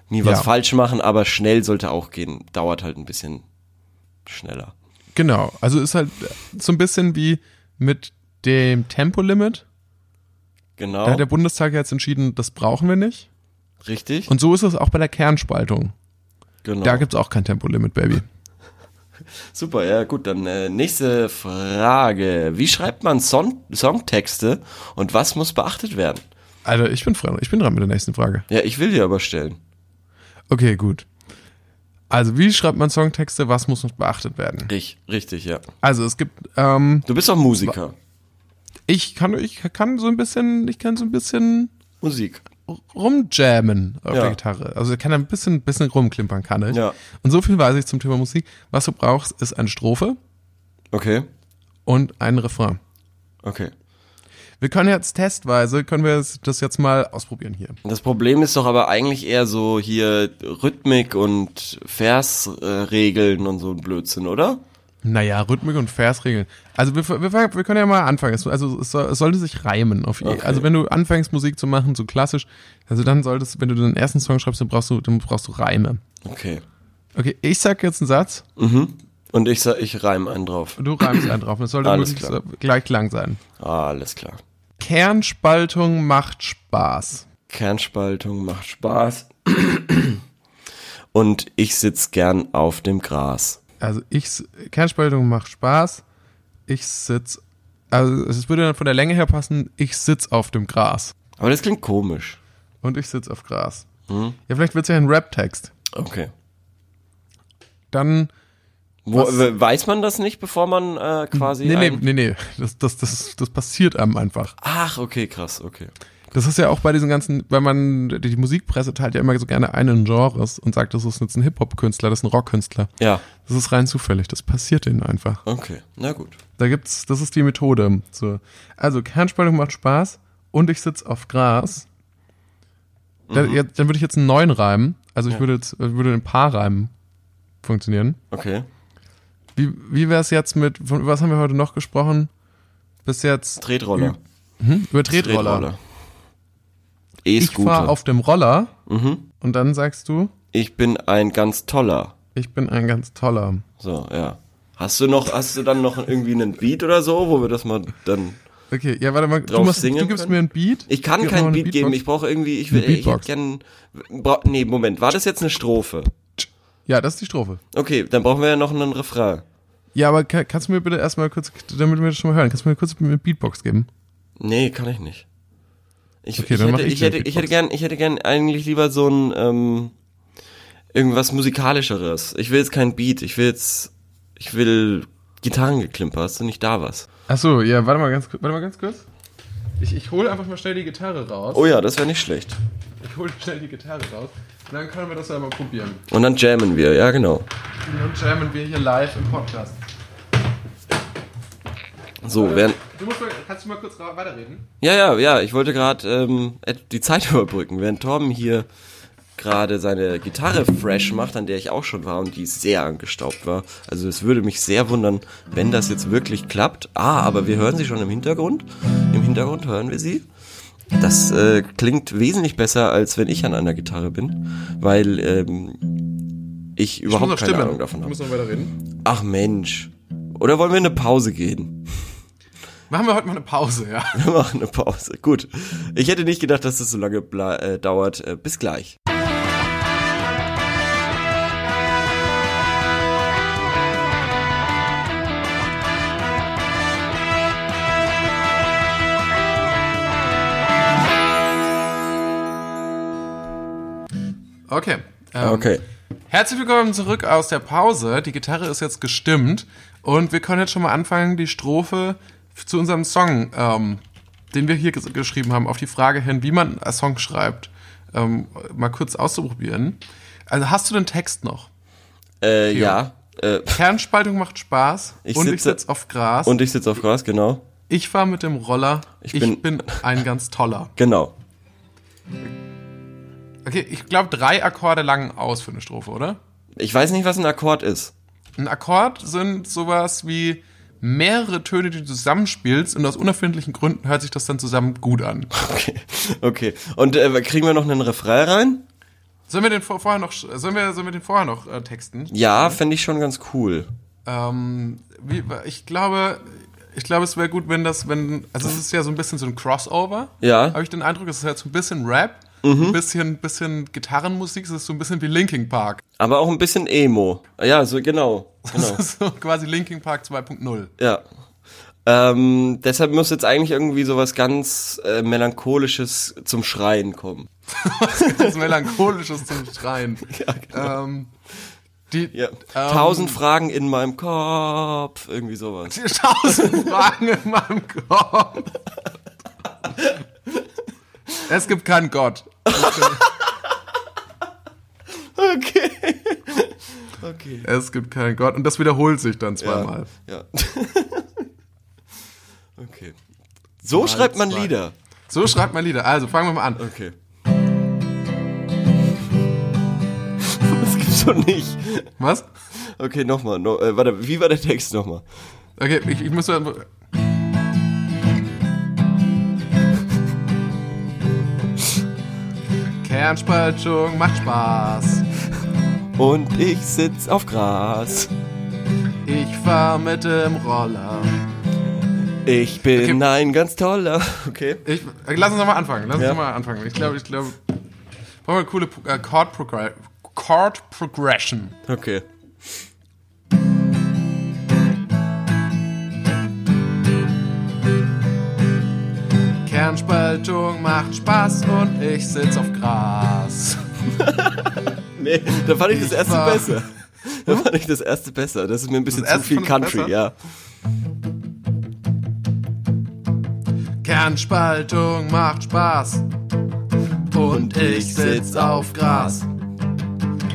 B: nie was
A: Ja.
B: falsch machen, aber schnell sollte auch gehen. Dauert halt ein bisschen schneller.
A: Genau. Also ist halt so ein bisschen wie mit dem Tempolimit. Da
B: Genau.
A: hat der Bundestag jetzt entschieden, das brauchen wir nicht.
B: Richtig?
A: Und so ist es auch bei der Kernspaltung.
B: Genau.
A: Da gibt's auch kein Tempolimit, Baby.
B: Super, ja gut, dann äh, nächste Frage. Wie schreibt man Son Songtexte und was muss beachtet werden?
A: Also ich bin dran, ich bin dran mit der nächsten Frage.
B: Ja, ich will dir aber stellen.
A: Okay, gut. Also, wie schreibt man Songtexte? Was muss noch beachtet werden?
B: Rich, richtig, ja.
A: Also, es gibt, ähm,
B: Du bist doch Musiker.
A: ich kann, ich kann so ein bisschen, ich kann so ein bisschen
B: Musik.
A: rumjammen auf
B: Ja.
A: der Gitarre. Also, ich kann ein bisschen, bisschen rumklimpern, kann ich.
B: Ja.
A: Und so viel weiß ich zum Thema Musik. Was du brauchst, ist eine Strophe
B: Okay,
A: und ein Refrain.
B: okay.
A: Wir können jetzt testweise, können wir es- das jetzt mal ausprobieren hier.
B: Das Problem ist doch aber eigentlich eher so hier Rhythmik und Versregeln und so ein Blödsinn, oder?
A: Naja, Rhythmik und Versregeln. Also wir, wir, wir können ja mal anfangen. Es, also es, soll, es sollte sich reimen. Auf,
B: Okay.
A: Also wenn du anfängst Musik zu machen, so klassisch, also dann solltest, wenn du den ersten Song schreibst, dann brauchst du, dann brauchst du Reime.
B: Okay.
A: Okay, ich sag jetzt einen Satz
B: Und ich sag, ich reim einen drauf.
A: und du reimst einen drauf. Es sollte
B: Alles
A: möglichst
B: klar.
A: äh, gleich lang sein.
B: Alles klar.
A: Kernspaltung macht Spaß.
B: Kernspaltung macht Spaß. Und ich sitz gern auf dem Gras.
A: Also ich s- Kernspaltung macht Spaß. Ich sitz also es würde dann von der Länge her passen. Ich sitz auf dem Gras
B: Aber das klingt komisch.
A: und ich sitz auf Gras.
B: Hm.
A: Ja, vielleicht wird's ja ein Rap-Text.
B: Okay.
A: Dann
B: Wo,
A: Was-
B: we- weiß man das nicht, bevor man äh, quasi.
A: Nee, nee,
B: ein-
A: nee, nee. Das, das, das, das passiert einem einfach.
B: Ach, okay, krass, okay.
A: Das ist ja auch bei diesen ganzen, weil man, die die Musikpresse teilt ja immer so gerne einen Genres und sagt, das ist jetzt ein Hip-Hop-Künstler, das ist ein Rock-Künstler.
B: Ja,
A: Das ist rein zufällig, das passiert denen einfach.
B: okay. Na gut.
A: Da gibt's, das ist die Methode. So. Also, Kernspaltung macht Spaß und ich sitz auf Gras. Da,
B: Mhm.
A: ja, dann würde ich jetzt einen neuen reimen. Also, ich würde jetzt, äh, würde ein paar reimen funktionieren.
B: Okay.
A: Wie, wie wär's jetzt mit, von, was haben wir heute noch gesprochen? Bis jetzt
B: Tretroller.
A: hm? über Tretroller.
B: E
A: Ich fahre
B: E-Scooter.
A: auf dem Roller
B: Mhm.
A: und dann sagst du,
B: Ich bin ein ganz toller.
A: ich bin ein ganz toller.
B: So, ja. Hast du noch, hast du dann noch irgendwie einen Beat oder so, wo wir das mal dann.
A: Okay, ja, warte mal, du,
B: Drauf
A: machst, du
B: singen
A: gibst
B: können?
A: mir ein Beat.
B: Ich kann
A: Gib mir mal
B: keinen
A: eine
B: Beat geben,
A: Beatbox.
B: ich brauche irgendwie, ich will,
A: Eine
B: ich hätte
A: Beatbox.
B: gern, bra nee, Moment, war das jetzt eine Strophe?
A: Ja, das ist die Strophe.
B: Okay, dann brauchen wir ja noch einen Refrain.
A: Ja, aber kann, kannst du mir bitte erstmal kurz, damit wir das schon mal hören, kannst du mir kurz eine Beatbox geben?
B: Nee, kann ich nicht. Ich,
A: Okay,
B: ich,
A: dann mach
B: hätte,
A: ich
B: ich,
A: den
B: hätte, ich hätte
A: Beatbox.
B: gern, ich hätte gern eigentlich lieber so ein ähm, irgendwas musikalischeres. Ich will jetzt kein Beat, ich will jetzt, ich will Gitarrengeklimper. Hast du nicht da was?
A: Achso, ja, warte mal ganz kurz. Warte mal ganz kurz. Ich, ich hole einfach mal schnell die Gitarre raus.
B: Oh ja, das wäre nicht schlecht.
A: Ich hole schnell die Gitarre raus. Und dann können wir das ja mal probieren.
B: Und dann jammen wir, ja genau.
A: Und dann jammen wir hier live im Podcast.
B: So, während,
A: Du musst mal, kannst du mal kurz ra- weiterreden?
B: Ja, ja, ja, ich wollte gerade ähm, et- die Zeit überbrücken, während Torben hier gerade seine Gitarre fresh macht, an der ich auch schon war und die sehr angestaubt war. Also es würde mich sehr wundern, wenn das jetzt wirklich klappt. Ah, aber wir hören sie schon im Hintergrund. Im Hintergrund hören wir sie. Das äh, klingt wesentlich besser, als wenn ich an einer Gitarre bin, weil ähm, ich überhaupt keine Ahnung davon
A: Du
B: habe.
A: musst noch weiterreden.
B: Ach Mensch. Oder wollen wir in eine Pause gehen?
A: Machen wir heute mal eine Pause, ja.
B: Wir machen eine Pause. Gut. Ich hätte nicht gedacht, dass das so lange bla- äh, dauert. Äh, bis gleich.
A: Okay. ähm,
B: Okay.
A: Herzlich willkommen zurück aus der Pause. Die Gitarre ist jetzt gestimmt und wir können jetzt schon mal anfangen, die Strophe zu unserem Song, ähm, den wir hier ges geschrieben haben, auf die Frage hin, wie man einen Song schreibt, ähm, mal kurz auszuprobieren. Also hast du den Text noch?
B: Äh, ja. Äh,
A: Kernspaltung macht Spaß
B: Ich
A: und ich
B: sitze-
A: sitz auf Gras.
B: und ich sitze auf Gras, genau.
A: ich fahre mit dem Roller. Ich,
B: bin-
A: bin ein ganz toller.
B: Genau.
A: Okay, ich glaube drei Akkorde lang aus für eine Strophe, oder?
B: Ich weiß nicht, was ein Akkord ist.
A: Ein Akkord sind sowas wie mehrere Töne, die du zusammenspielst und aus unerfindlichen Gründen hört sich das dann zusammen gut an.
B: Okay. Okay. Und äh, kriegen wir noch einen Refrain rein?
A: Sollen wir den vor- vorher noch, sch- sollen wir, sollen wir den vorher noch äh, texten?
B: Ja, fände ich schon ganz cool.
A: Ähm, wie, ich glaube, ich glaube, es wäre gut, wenn das, wenn, also es ist ja so ein bisschen so ein Crossover.
B: Ja.
A: Habe ich den Eindruck, es ist halt so ein bisschen Rap, ein bisschen, bisschen Gitarrenmusik, es ist so ein bisschen wie Linkin Park.
B: Aber auch ein bisschen Emo. Ja, so genau. Genau.
A: Das ist so quasi Linkin Park 2.0.
B: Ja. Ähm, deshalb muss jetzt eigentlich irgendwie sowas ganz äh, melancholisches zum Schreien kommen.
A: Das Melancholisches zum Schreien. Ja, genau. ähm, die,
B: Ja.
A: ähm,
B: Tausend Fragen in meinem Kopf, irgendwie sowas.
A: Tausend Fragen in meinem Kopf. Es gibt keinen Gott.
B: Okay. Okay.
A: Es gibt keinen Gott. Und das wiederholt sich dann zweimal.
B: Ja. okay. So schreibt man
A: zwei.
B: Lieder.
A: So schreibt man Lieder. Also fangen wir mal an.
B: Okay. Das gibt's schon nicht.
A: Was?
B: Okay, nochmal. No, äh, warte, wie war der Text nochmal?
A: Okay, ich, ich muss mal. Kernspaltung macht Spaß.
B: Und ich sitz auf Gras.
A: Ich fahr mit dem Roller.
B: Ich bin ein ganz toller. Okay.
A: Ich, äh, lass uns nochmal anfangen. Lass
B: Ja.
A: uns nochmal anfangen. Ich glaube, ich glaube. Brauchen wir eine coole Pro- äh, Chord, Progre Chord Progression.
B: Okay.
A: Kernspaltung macht Spaß und ich sitz auf Gras.
B: Nee, da fand ich das erste
A: war-
B: besser. Da fand ich das erste besser. Das ist mir ein bisschen
A: Das
B: zu
A: erste
B: viel
A: fandest du
B: Country,
A: besser?
B: ja.
A: Kernspaltung macht Spaß und ich sitz auf Gras.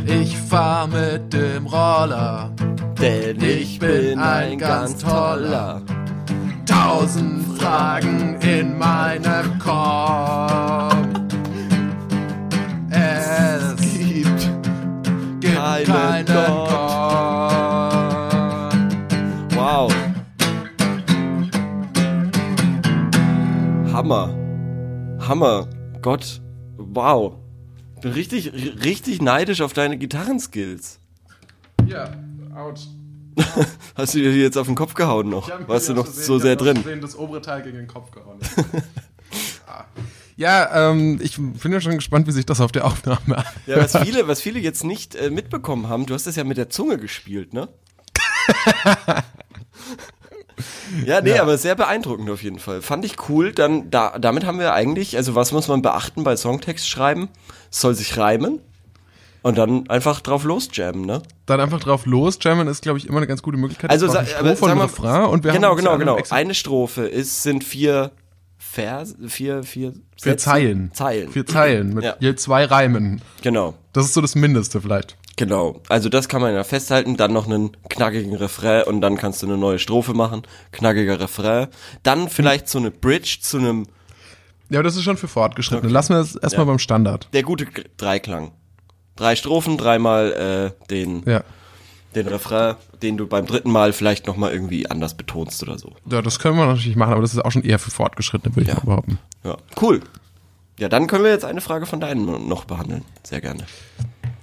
A: Ich fahr mit dem Roller.
B: Denn
A: Ich bin ein ganz toller. Tausend Fragen in meinem Kopf. Es
B: Gibt
A: gibt
B: Keinen
A: keinen
B: Gott.
A: Gott.
B: Wow. Hammer. Hammer. Gott. Wow. Bin richtig, ri- richtig neidisch auf deine Gitarrenskills.
A: Ja, out.
B: Hast du dir die jetzt auf den Kopf gehauen noch?
A: Ich hab-
B: Warst
A: ich
B: du
A: hab's
B: noch
A: gesehen,
B: so
A: ich
B: sehr
A: hab aus
B: drin?
A: Versehen das obere Teil gegen den Kopf gehauen. Ah. Ja, ähm, ich bin ja schon gespannt, wie sich das auf der Aufnahme anhört.
B: Ja, was viele, was viele jetzt nicht äh, mitbekommen haben, du hast das ja mit der Zunge gespielt, ne? ja, nee, aber sehr beeindruckend auf jeden Fall. Fand ich cool. Dann da, damit haben wir eigentlich, also was muss man beachten bei Songtext schreiben? Es soll sich reimen und dann einfach drauf losjammen, ne?
A: Dann einfach drauf los. Jammen ist, glaube ich, immer eine ganz gute Möglichkeit.
B: Also
A: Wir
B: sa-
A: brauchen Strophe und
B: aber sag mal-
A: Refrain und wir
B: genau,
A: haben uns
B: genau,
A: ja
B: genau.
A: extra-
B: Eine Strophe ist sind vier Vers, vier, vier,
A: Vier
B: Sätze?
A: Zeilen.
B: Zeilen.
A: Vier Zeilen mit
B: Ja.
A: je zwei Reimen.
B: Genau.
A: Das ist so das Mindeste vielleicht.
B: Genau, also das kann man ja festhalten, dann noch einen knackigen Refrain und dann kannst du eine neue Strophe machen, knackiger Refrain, dann vielleicht so eine Bridge zu einem,
A: Ja, aber das ist schon für Fortgeschrittene. Lassen wir es erstmal beim Standard.
B: der gute G- Dreiklang. Drei Strophen, dreimal äh, den,
A: Ja.
B: den Refrain, den du beim dritten Mal vielleicht nochmal irgendwie anders betonst oder so.
A: ja, das können wir natürlich machen, aber das ist auch schon eher für Fortgeschrittene, würde ich
B: Ja.
A: mal behaupten.
B: Ja, cool. Ja, dann können wir jetzt eine Frage von deinen noch behandeln, sehr gerne.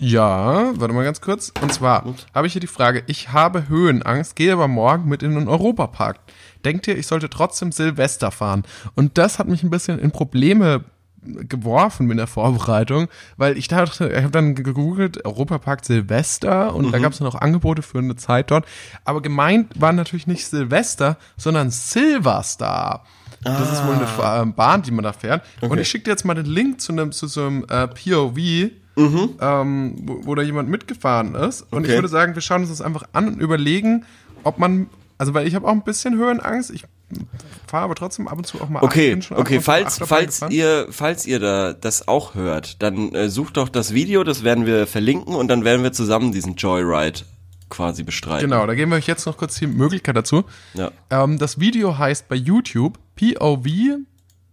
A: Ja, warte mal ganz kurz. Und zwar habe ich hier die Frage, ich habe Höhenangst, gehe aber morgen mit in den Europapark. Denkt ihr, ich sollte trotzdem Silvester fahren? Und das hat mich ein bisschen in Probleme geworfen in der Vorbereitung, weil ich dachte, ich habe dann gegoogelt, Europapark Silvester und da gab es dann auch Angebote für eine Zeit dort. Aber gemeint war natürlich nicht Silvester, sondern Silverstar. Das ist wohl eine Fa- äh, Bahn, die man da fährt. Und ich schicke dir jetzt mal den Link zu einem zu so einem äh, POV, ähm, wo, wo da jemand mitgefahren ist. Und ich
B: Okay.
A: würde sagen, wir schauen uns das einfach an und überlegen, ob man, also weil ich habe auch ein bisschen Höhenangst. Ich fahre aber trotzdem ab und zu auch mal.
B: Okay,
A: bin schon ab
B: okay,
A: und zu mal
B: falls,
A: Achterbahn
B: falls
A: gefahren.
B: ihr, falls ihr da das auch hört, dann äh, sucht doch das Video, das werden wir verlinken und dann werden wir zusammen diesen Joyride quasi bestreiten.
A: Genau, da geben wir euch jetzt noch kurz die Möglichkeit dazu.
B: Ja.
A: Ähm, das Video heißt bei YouTube POV,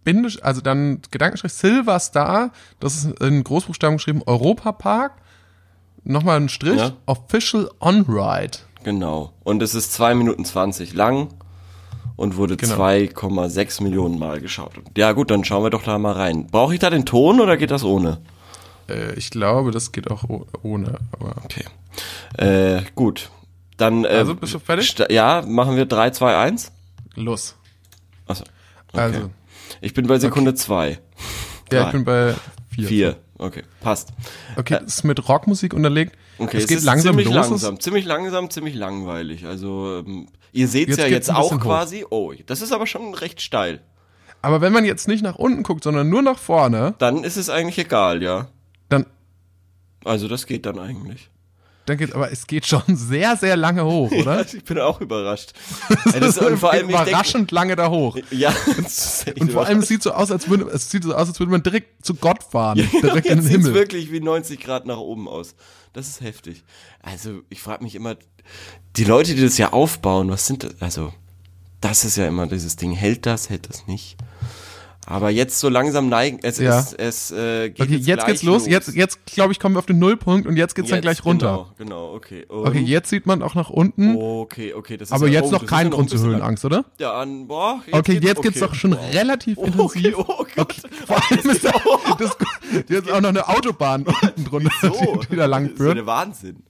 A: bindisch- also dann Gedankenstrich Silver Star, das ist in Großbuchstaben geschrieben, Europa Park, nochmal ein Strich,
B: Ja.
A: Official On-Ride.
B: Genau. Und es ist 2 Minuten 20 lang und wurde
A: Genau.
B: 2,6 Millionen Mal geschaut. Ja gut, dann schauen wir doch da mal rein. Brauche ich da den Ton oder geht das ohne?
A: Äh, ich glaube, das geht auch o- ohne, aber
B: Okay. Äh, gut. Dann, äh,
A: Also, bist du fertig?
B: sta- Ja, machen wir 3, 2, 1.
A: los.
B: Achso.
A: Also,
B: Ich bin bei Sekunde 2.
A: ja,
B: Drei.
A: ich bin bei vier.
B: 4. Okay, passt.
A: Okay, das ist mit Rockmusik unterlegt.
B: Okay,
A: es geht
B: ist
A: langsam
B: ziemlich
A: los.
B: langsam, ziemlich langsam, ziemlich langweilig. Also ähm, ihr seht's
A: Jetzt
B: ja
A: geht's
B: jetzt
A: ein
B: auch
A: bisschen hoch.
B: quasi. Oh, das ist aber schon recht steil.
A: Aber wenn man jetzt nicht nach unten guckt, sondern nur nach vorne,
B: Dann ist es eigentlich egal, ja.
A: dann,
B: Also das geht dann eigentlich.
A: dann geht's, aber es geht schon sehr, sehr lange hoch, oder?
B: Ich bin auch überrascht. Ey, das, und vor allem ich denk,
A: überraschend lange da hoch.
B: ja, das ist echt
A: Und vor allem es
B: überraschend.
A: sieht so aus, als würde es sieht so aus, als würde man direkt zu Gott fahren, direkt in
B: jetzt
A: den
B: sieht's
A: Himmel.
B: wirklich wie 90 Grad nach oben aus. Das ist heftig. Also ich frage mich immer, die Leute, die das ja aufbauen, was sind das? Also das ist ja immer dieses Ding. Hält das, hält das nicht? Aber jetzt so langsam neigen. Es,
A: Ja.
B: es, es äh, geht
A: Okay,
B: jetzt,
A: jetzt,
B: gleich
A: geht's los. Jetzt, jetzt glaube ich, kommen wir auf den Nullpunkt und jetzt geht's dann
B: Jetzt,
A: gleich runter.
B: Genau, genau okay.
A: Okay,
B: Und-
A: jetzt sieht man auch nach unten,
B: okay, okay. Das ist
A: aber
B: ja-
A: jetzt
B: oh, das
A: noch
B: ist
A: kein
B: ja noch ein
A: Grund zur
B: bisschen lang.
A: Höhenangst, oder?
B: Ja, an, boah, jetzt
A: Okay, jetzt geht's doch schon
B: Wow.
A: relativ
B: Okay,
A: intensiv.
B: oh Gott.
A: Vor allem ist da, das, jetzt auch noch eine Autobahn unten drunter,
B: So,
A: die, die da lang
B: Das ist ja
A: führt.
B: der Wahnsinn.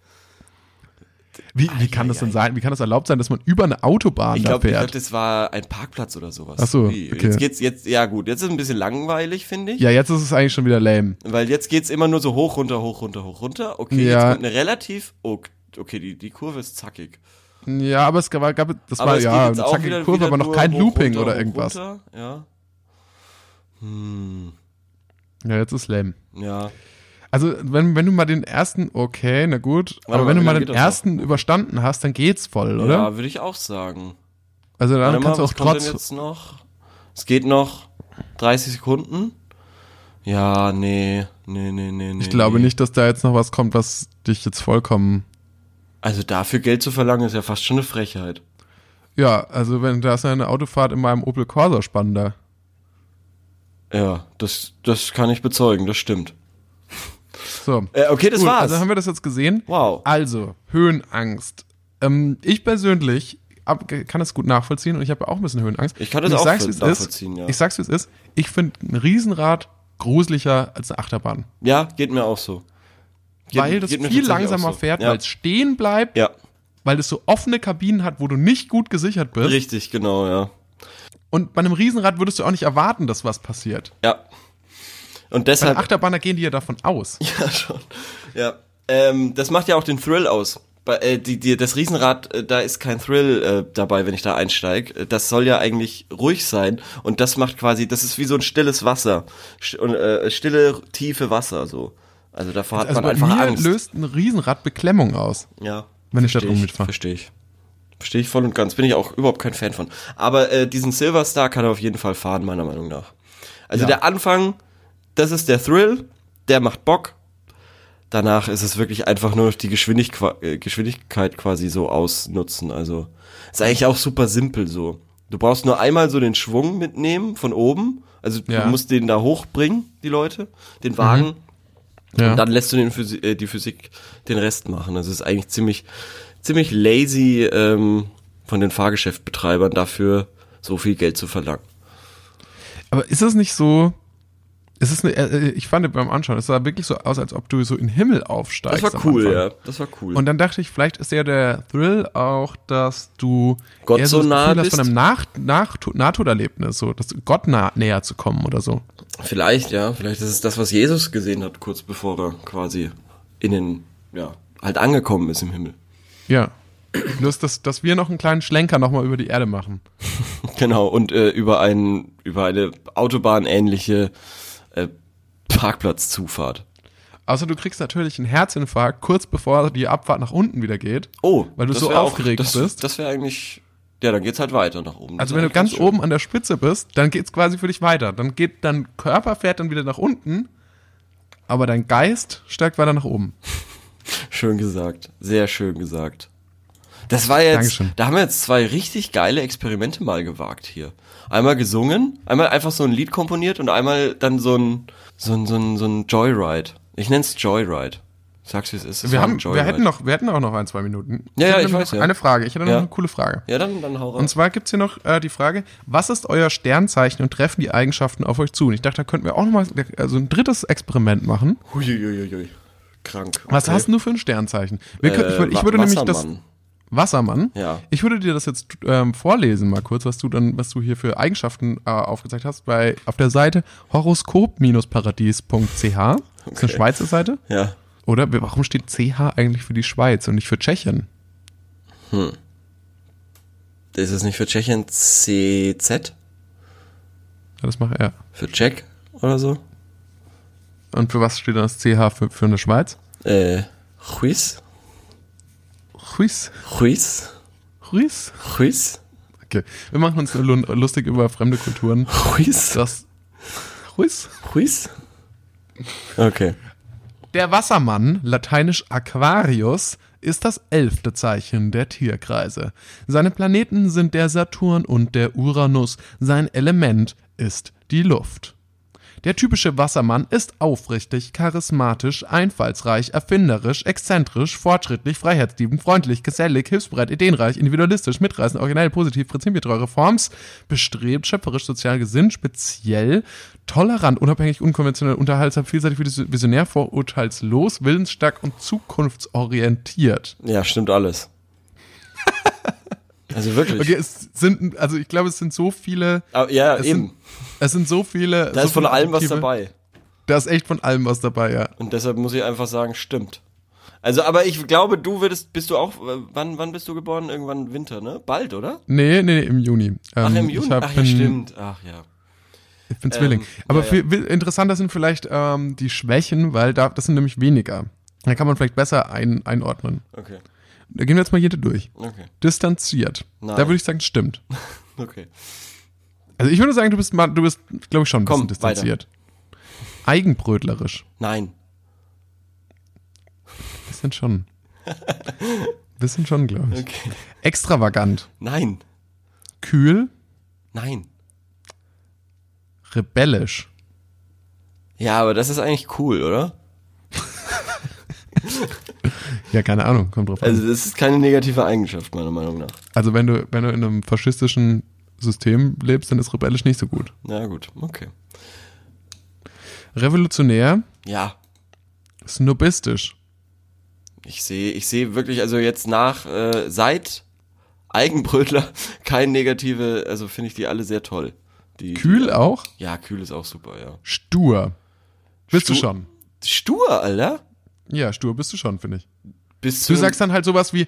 A: Wie, wie kann das denn sein? Wie kann das erlaubt sein, dass man über eine Autobahn
B: Ich
A: da
B: glaube, glaub,
A: fährt?
B: das war ein Parkplatz oder sowas.
A: Ach so,
B: Ui,
A: okay.
B: Jetzt geht's jetzt, ja gut, jetzt ist es ein bisschen langweilig, finde ich.
A: Ja, jetzt ist es eigentlich schon wieder lame.
B: Weil jetzt geht's immer nur so hoch, runter, hoch, runter, hoch, runter. Okay,
A: Ja.
B: jetzt kommt eine relativ, oh, okay, die, die Kurve ist zackig.
A: Ja, aber es gab, gab das
B: Aber
A: war
B: es
A: ja
B: geht jetzt
A: eine
B: auch
A: zackige
B: wieder,
A: Kurve,
B: wieder
A: aber noch
B: nur
A: kein
B: hoch,
A: Looping
B: runter,
A: oder
B: hoch,
A: irgendwas.
B: Runter, ja. Hm,
A: Ja, jetzt ist lame.
B: ja.
A: Also, wenn, wenn du mal den ersten, okay, na gut, aber
B: Warte mal,
A: wenn du
B: wie
A: mal
B: lange
A: den
B: geht das noch?
A: ersten überstanden hast, dann geht's voll, oder?
B: Ja, würde ich auch sagen.
A: Also dann
B: Warte mal,
A: kannst du
B: was
A: auch
B: kommt denn
A: trotz.
B: jetzt noch? Es geht noch 30 Sekunden. Ja, nee, nee, nee, nee, nee.
A: Ich glaube
B: nee.
A: nicht, dass da jetzt noch was kommt, was dich jetzt vollkommen.
B: Also dafür Geld zu verlangen ist ja fast schon eine Frechheit.
A: Ja, also wenn da ist ja eine Autofahrt in meinem Opel Corsa spannender.
B: Ja, das, das kann ich bezeugen, das stimmt.
A: So.
B: Äh, okay, das
A: Gut,
B: war's.
A: Also haben wir das jetzt gesehen.
B: Wow.
A: Also, Höhenangst. Ähm, ich persönlich ab, kann es gut nachvollziehen und ich habe auch ein bisschen Höhenangst.
B: Ich kann
A: Und
B: das auch
A: sag's,
B: voll
A: wie es
B: nachvollziehen,
A: ist.
B: ja.
A: Ich sag's, wie es ist. Ich finde ein Riesenrad gruseliger als eine Achterbahn.
B: ja, geht mir auch so. Geht-
A: weil das
B: geht mir
A: viel
B: tatsächlich auch
A: langsamer
B: so.
A: fährt,
B: ja.
A: weil es stehen bleibt,
B: Ja,
A: weil es so offene Kabinen hat, wo du nicht gut gesichert bist.
B: richtig, genau, ja.
A: Und bei einem Riesenrad würdest du auch nicht erwarten, dass was passiert.
B: Ja, Und
A: Bei
B: deshalb.
A: der Achterbahn, da gehen die ja davon aus.
B: Ja, schon. Ja. Ähm, das macht ja auch den Thrill aus. Bei, äh, die, die, das Riesenrad, äh, da ist kein Thrill äh, dabei, wenn ich da einsteige. Äh, Das soll ja eigentlich ruhig sein. Und das macht quasi, das ist wie so ein stilles Wasser. Sch- und, äh, stille, tiefe Wasser so. Also davor hat
A: Also
B: man
A: bei
B: einfach
A: mir
B: Angst.
A: löst ein Riesenrad Beklemmung aus,
B: ja.
A: wenn ich da
B: Verstehe
A: drum
B: ich,
A: mitfahre.
B: verstehe ich. Verstehe ich voll und ganz. Bin ich auch überhaupt kein Fan von. Aber äh, diesen Silver Star kann er auf jeden Fall fahren, meiner Meinung nach. Also
A: Ja.
B: der Anfang, das ist der Thrill, der macht Bock. Danach ist es wirklich einfach nur noch die Geschwindig äh, Geschwindigkeit quasi so ausnutzen. Also ist eigentlich auch super simpel so. Du brauchst nur einmal so den Schwung mitnehmen von oben. Also
A: Ja. Mhm.
B: du musst den da hochbringen, die Leute, den Wagen.
A: Ja.
B: Und dann lässt du den Physi äh, die Physik den Rest machen. Also es ist eigentlich ziemlich, ziemlich lazy ähm, von den Fahrgeschäftbetreibern dafür, so viel Geld zu verlangen.
A: Aber ist das nicht so? Ist es eine, äh, ich fand beim Anschauen, es sah wirklich so aus, als ob du so in den Himmel aufsteigst.
B: Das war
A: am
B: cool,
A: Anfang.
B: ja. Das war cool.
A: Und dann dachte ich, vielleicht ist ja der Thrill auch, dass du
B: Gott so
A: das
B: nah
A: hast
B: bist.
A: von einem Nach Nach Nahtoderlebnis, so, dass Gott nah näher zu kommen oder so.
B: vielleicht, ja, vielleicht ist es das, was Jesus gesehen hat, kurz bevor er quasi in den, ja, halt angekommen ist im Himmel.
A: Ja. Bloß, dass, dass wir noch einen kleinen Schlenker nochmal über die Erde machen.
B: Genau, und äh, über, einen, über eine autobahnähnliche äh, Parkplatzzufahrt.
A: Außer du kriegst natürlich einen Herzinfarkt, kurz bevor die Abfahrt nach unten wieder geht.
B: Oh,
A: Weil du
B: das
A: so
B: wär auch-
A: aufgeregt
B: das,
A: bist.
B: Das wäre eigentlich, ja, dann geht's halt weiter nach oben. Das
A: Also
B: wär
A: wenn du
B: eigentlich
A: ganz
B: schön.
A: oben an der Spitze bist, dann geht's quasi für dich weiter. Dann geht dein Körper fährt dann wieder nach unten, aber dein Geist steigt weiter nach oben.
B: Schön gesagt. Sehr schön gesagt. Das war jetzt,
A: Dankeschön.
B: da haben wir jetzt zwei richtig geile Experimente mal gewagt hier. Einmal gesungen, einmal einfach so ein Lied komponiert und einmal dann so ein, so ein, so ein, so ein Joyride. Ich nenn's Joyride. Sag's wie es ist. Es
A: Wir
B: war ein
A: haben, wir
B: Joyride.
A: hätten noch, wir hätten auch noch ein, zwei Minuten.
B: Ja, ja,
A: hätte
B: ich
A: noch
B: weiß, ja.
A: Eine Frage. Ich hätte noch
B: Ja.
A: eine coole Frage.
B: Ja, dann, dann hau
A: Und
B: raus.
A: zwar gibt's hier noch äh, die Frage, was ist euer Sternzeichen und treffen die Eigenschaften auf euch zu? Und ich dachte, da könnten wir auch nochmal also ein drittes Experiment machen.
B: Huiuiuiui. Krank.
A: Was
B: Okay.
A: hast denn du für ein Sternzeichen? Wir können, ich,
B: Äh,
A: würd- ich
B: Wa-
A: würde nämlich das
B: Wassermann.
A: Wassermann.
B: Ja.
A: Ich würde dir das jetzt ähm, vorlesen, mal kurz, was du dann, was du hier für Eigenschaften äh, aufgezeigt hast, bei auf der Seite horoskop-paradies.ch. Das ist eine Schweizer Seite.
B: Ja.
A: Oder Wir- warum steht CH eigentlich für die Schweiz und nicht für Tschechien?
B: Ist es nicht für Tschechien CZ?
A: Ja, das macht er.
B: Für Czech oder so?
A: Und für was steht dann das CH für, für eine Schweiz?
B: Äh, Huis?
A: Huis.
B: Huis?
A: Huis.
B: Huis?
A: Okay. Wir machen uns nur lun- lustig über fremde Kulturen.
B: Huis?
A: Das. Huis.
B: Huis? Okay.
A: Der Wassermann, lateinisch Aquarius, ist das elfte Zeichen der Tierkreise. Seine Planeten sind der Saturn und der Uranus. Sein Element ist die Luft. Der typische Wassermann ist aufrichtig, charismatisch, einfallsreich, erfinderisch, exzentrisch, fortschrittlich, freiheitsliebend, freundlich, gesellig, hilfsbereit, ideenreich, individualistisch, mitreißend, originell, positiv, prinzipientreu, reformsbestrebt, schöpferisch, sozial gesinnt, speziell, tolerant, unabhängig, unkonventionell, unterhaltsam, vielseitig, visionär, vorurteilslos, willensstark und zukunftsorientiert.
B: Ja, stimmt alles. also wirklich.
A: Okay, es sind, also ich glaube, es sind so viele,
B: Aber, ja,
A: es sind,
B: eben.
A: es sind so viele.
B: Da
A: so
B: ist von
A: viele
B: allem was
A: Adjektive.
B: dabei.
A: Da ist echt von allem was dabei, ja.
B: Und deshalb muss ich einfach sagen, stimmt. Also, aber ich glaube, du würdest, bist du auch, äh, wann, wann bist du geboren? Irgendwann Winter, ne? Bald, oder?
A: Nee, nee, nee, im Juni. Ähm,
B: Ach, im Juni.
A: Ich hab,
B: Ach ja,
A: bin,
B: stimmt. Ach ja.
A: Ich bin Zwilling. Aber
B: ja, ja.
A: Viel, will- interessanter sind vielleicht ähm, die Schwächen, weil da, das sind nämlich weniger. Da kann man vielleicht besser ein, einordnen.
B: Okay.
A: Da gehen wir jetzt mal jede durch.
B: Okay.
A: Distanziert.
B: Nein.
A: Da würde ich sagen, stimmt.
B: Okay.
A: Also ich würde sagen, du bist, mal- du bist glaube ich, schon ein bisschen
B: Komm, weiter.
A: distanziert. Eigenbrötlerisch.
B: Nein.
A: Bisschen schon. bisschen schon, glaube ich.
B: Okay.
A: Extravagant.
B: Nein.
A: Kühl.
B: Nein.
A: Rebellisch.
B: Ja, aber das ist eigentlich cool, oder?
A: Ja, keine Ahnung. Kommt drauf an.
B: Also, das ist keine negative Eigenschaft, meiner Meinung nach.
A: Also wenn du, wenn du in einem faschistischen System lebst, dann ist rebellisch nicht so gut.
B: Na gut, okay.
A: Revolutionär,
B: Ja,
A: snobistisch.
B: Ich sehe, ich sehe wirklich, also jetzt nach, äh, seit Eigenbrötler, kein negative, also finde ich die alle sehr toll. Die,
A: Kühl auch,
B: Ja, kühl ist auch super, ja.
A: stur, Bist du schon.
B: Stur, Alter.
A: Ja, stur bist du schon, finde ich.
B: Bist
A: Du sagst dann halt sowas wie,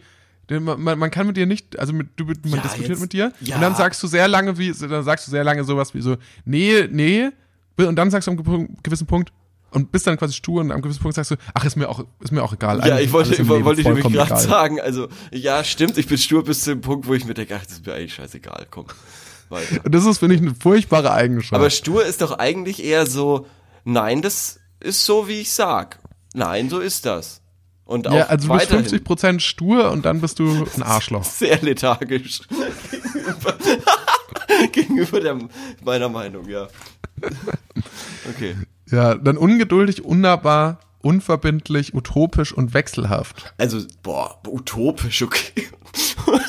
A: denn man, man man kann mit dir nicht, also mit, du, man
B: Ja,
A: diskutiert
B: jetzt-
A: mit dir
B: ja.
A: und dann sagst du sehr lange wie, dann sagst du sehr lange sowas wie so, nee, nee, und dann sagst du am gepu- gewissen Punkt und bist dann quasi stur und am gewissen Punkt sagst du, ach, ist mir auch, ist mir auch egal.
B: Ja,
A: Eigentlich alles
B: ich wollte,
A: im Leben
B: wollte ich nämlich
A: vollkommen
B: gerade
A: egal.
B: sagen, also, ja, stimmt, ich bin stur bis zu dem Punkt, wo ich mir denke, ach, das ist mir eigentlich scheißegal, komm, weiter.
A: Und das ist, finde ich, eine furchtbare Eigenschaft.
B: Aber stur ist doch eigentlich eher so, nein, das ist so, wie ich sag. Nein, so ist das. Und auch
A: ja, also du bist
B: weiterhin
A: 50% stur und dann bist du ein Arschloch.
B: sehr lethargisch gegenüber, gegenüber der, meiner Meinung, ja. Okay.
A: Ja, dann ungeduldig, unnahbar, unverbindlich, utopisch und wechselhaft.
B: Also, boah, utopisch, okay.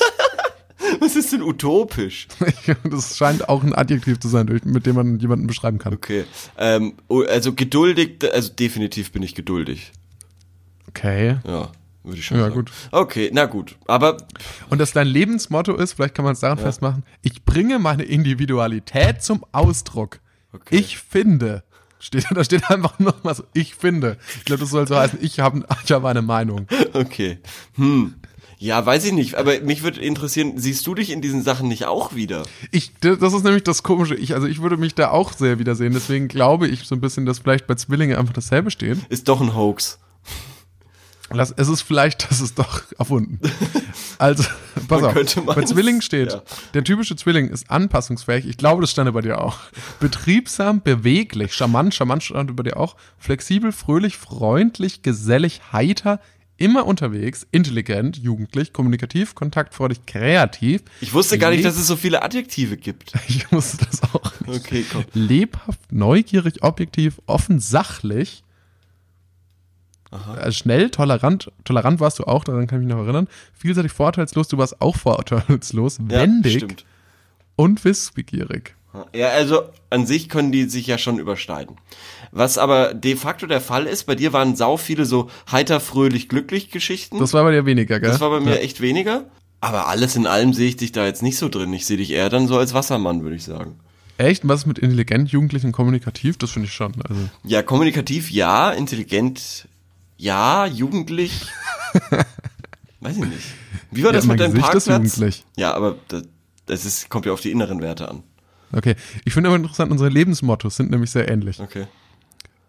B: Was ist denn utopisch?
A: Das scheint auch ein Adjektiv zu sein, durch- mit dem man jemanden beschreiben kann.
B: Okay. Ähm, oh, also geduldig, also definitiv bin ich geduldig.
A: Okay.
B: Ja, würde ich schon
A: Ja,
B: sagen.
A: gut.
B: Okay, na gut. Aber
A: Und dass dein Lebensmotto ist, vielleicht kann man es daran festmachen, ich bringe meine Individualität zum Ausdruck.
B: Okay.
A: Ich finde. Steht, da steht einfach nochmal so, ich finde. Ich glaube, das soll so heißen, ich habe ich hab eine Meinung.
B: okay. Hm. Ja, weiß ich nicht. Aber mich würde interessieren, siehst du dich in diesen Sachen nicht auch wieder?
A: Ich, d- das ist nämlich das Komische. Ich, also ich würde mich da auch sehr wiedersehen. Deswegen glaube ich so ein bisschen, dass vielleicht bei Zwillinge einfach dasselbe steht.
B: Ist doch ein Hoax.
A: Lass, es ist vielleicht, das ist doch erfunden. Also, pass
B: Man
A: auf.
B: könnte
A: Bei
B: meinen,
A: Zwilling steht,
B: ja.
A: der typische Zwilling ist anpassungsfähig. Ich glaube, das stand bei dir auch. Betriebsam, beweglich, charmant, charmant stand über dir auch. Flexibel, fröhlich, freundlich, gesellig, heiter, immer unterwegs, intelligent, jugendlich, kommunikativ, kontaktfreudig, kreativ.
B: Ich wusste gar nicht,
A: Leb-
B: dass es so viele Adjektive gibt.
A: Ich wusste das auch nicht.
B: Okay, komm.
A: Lebhaft, neugierig, objektiv, offen, sachlich. Äh, Schnell, tolerant, tolerant warst du auch, daran kann ich mich noch erinnern. Vielseitig vorurteilslos, du warst auch vorurteilslos, wendig
B: stimmt.
A: und wissbegierig.
B: Ja, also an sich können die sich ja schon überschneiden. Was aber de facto der Fall ist, bei dir waren sau viele so heiter, fröhlich, glücklich Geschichten.
A: Das war bei dir weniger, gell?
B: Das war bei mir
A: Ja.
B: echt weniger. Aber alles in allem sehe ich dich da jetzt nicht so drin. Ich sehe dich eher dann so als Wassermann, würde ich sagen.
A: Echt? Und Was ist mit intelligent, jugendlich und kommunikativ? Das finde ich schon. Also,
B: Ja, kommunikativ ja, intelligent ja, jugendlich. Weiß ich nicht. Wie war
A: Ja,
B: das
A: mein
B: mit deinem
A: Gesicht ist
B: Parkplatz?
A: jugendlich.
B: Ja, aber das, das ist, kommt ja auf die inneren Werte an.
A: okay. Ich finde aber interessant, unsere Lebensmottos sind nämlich sehr ähnlich.
B: Okay.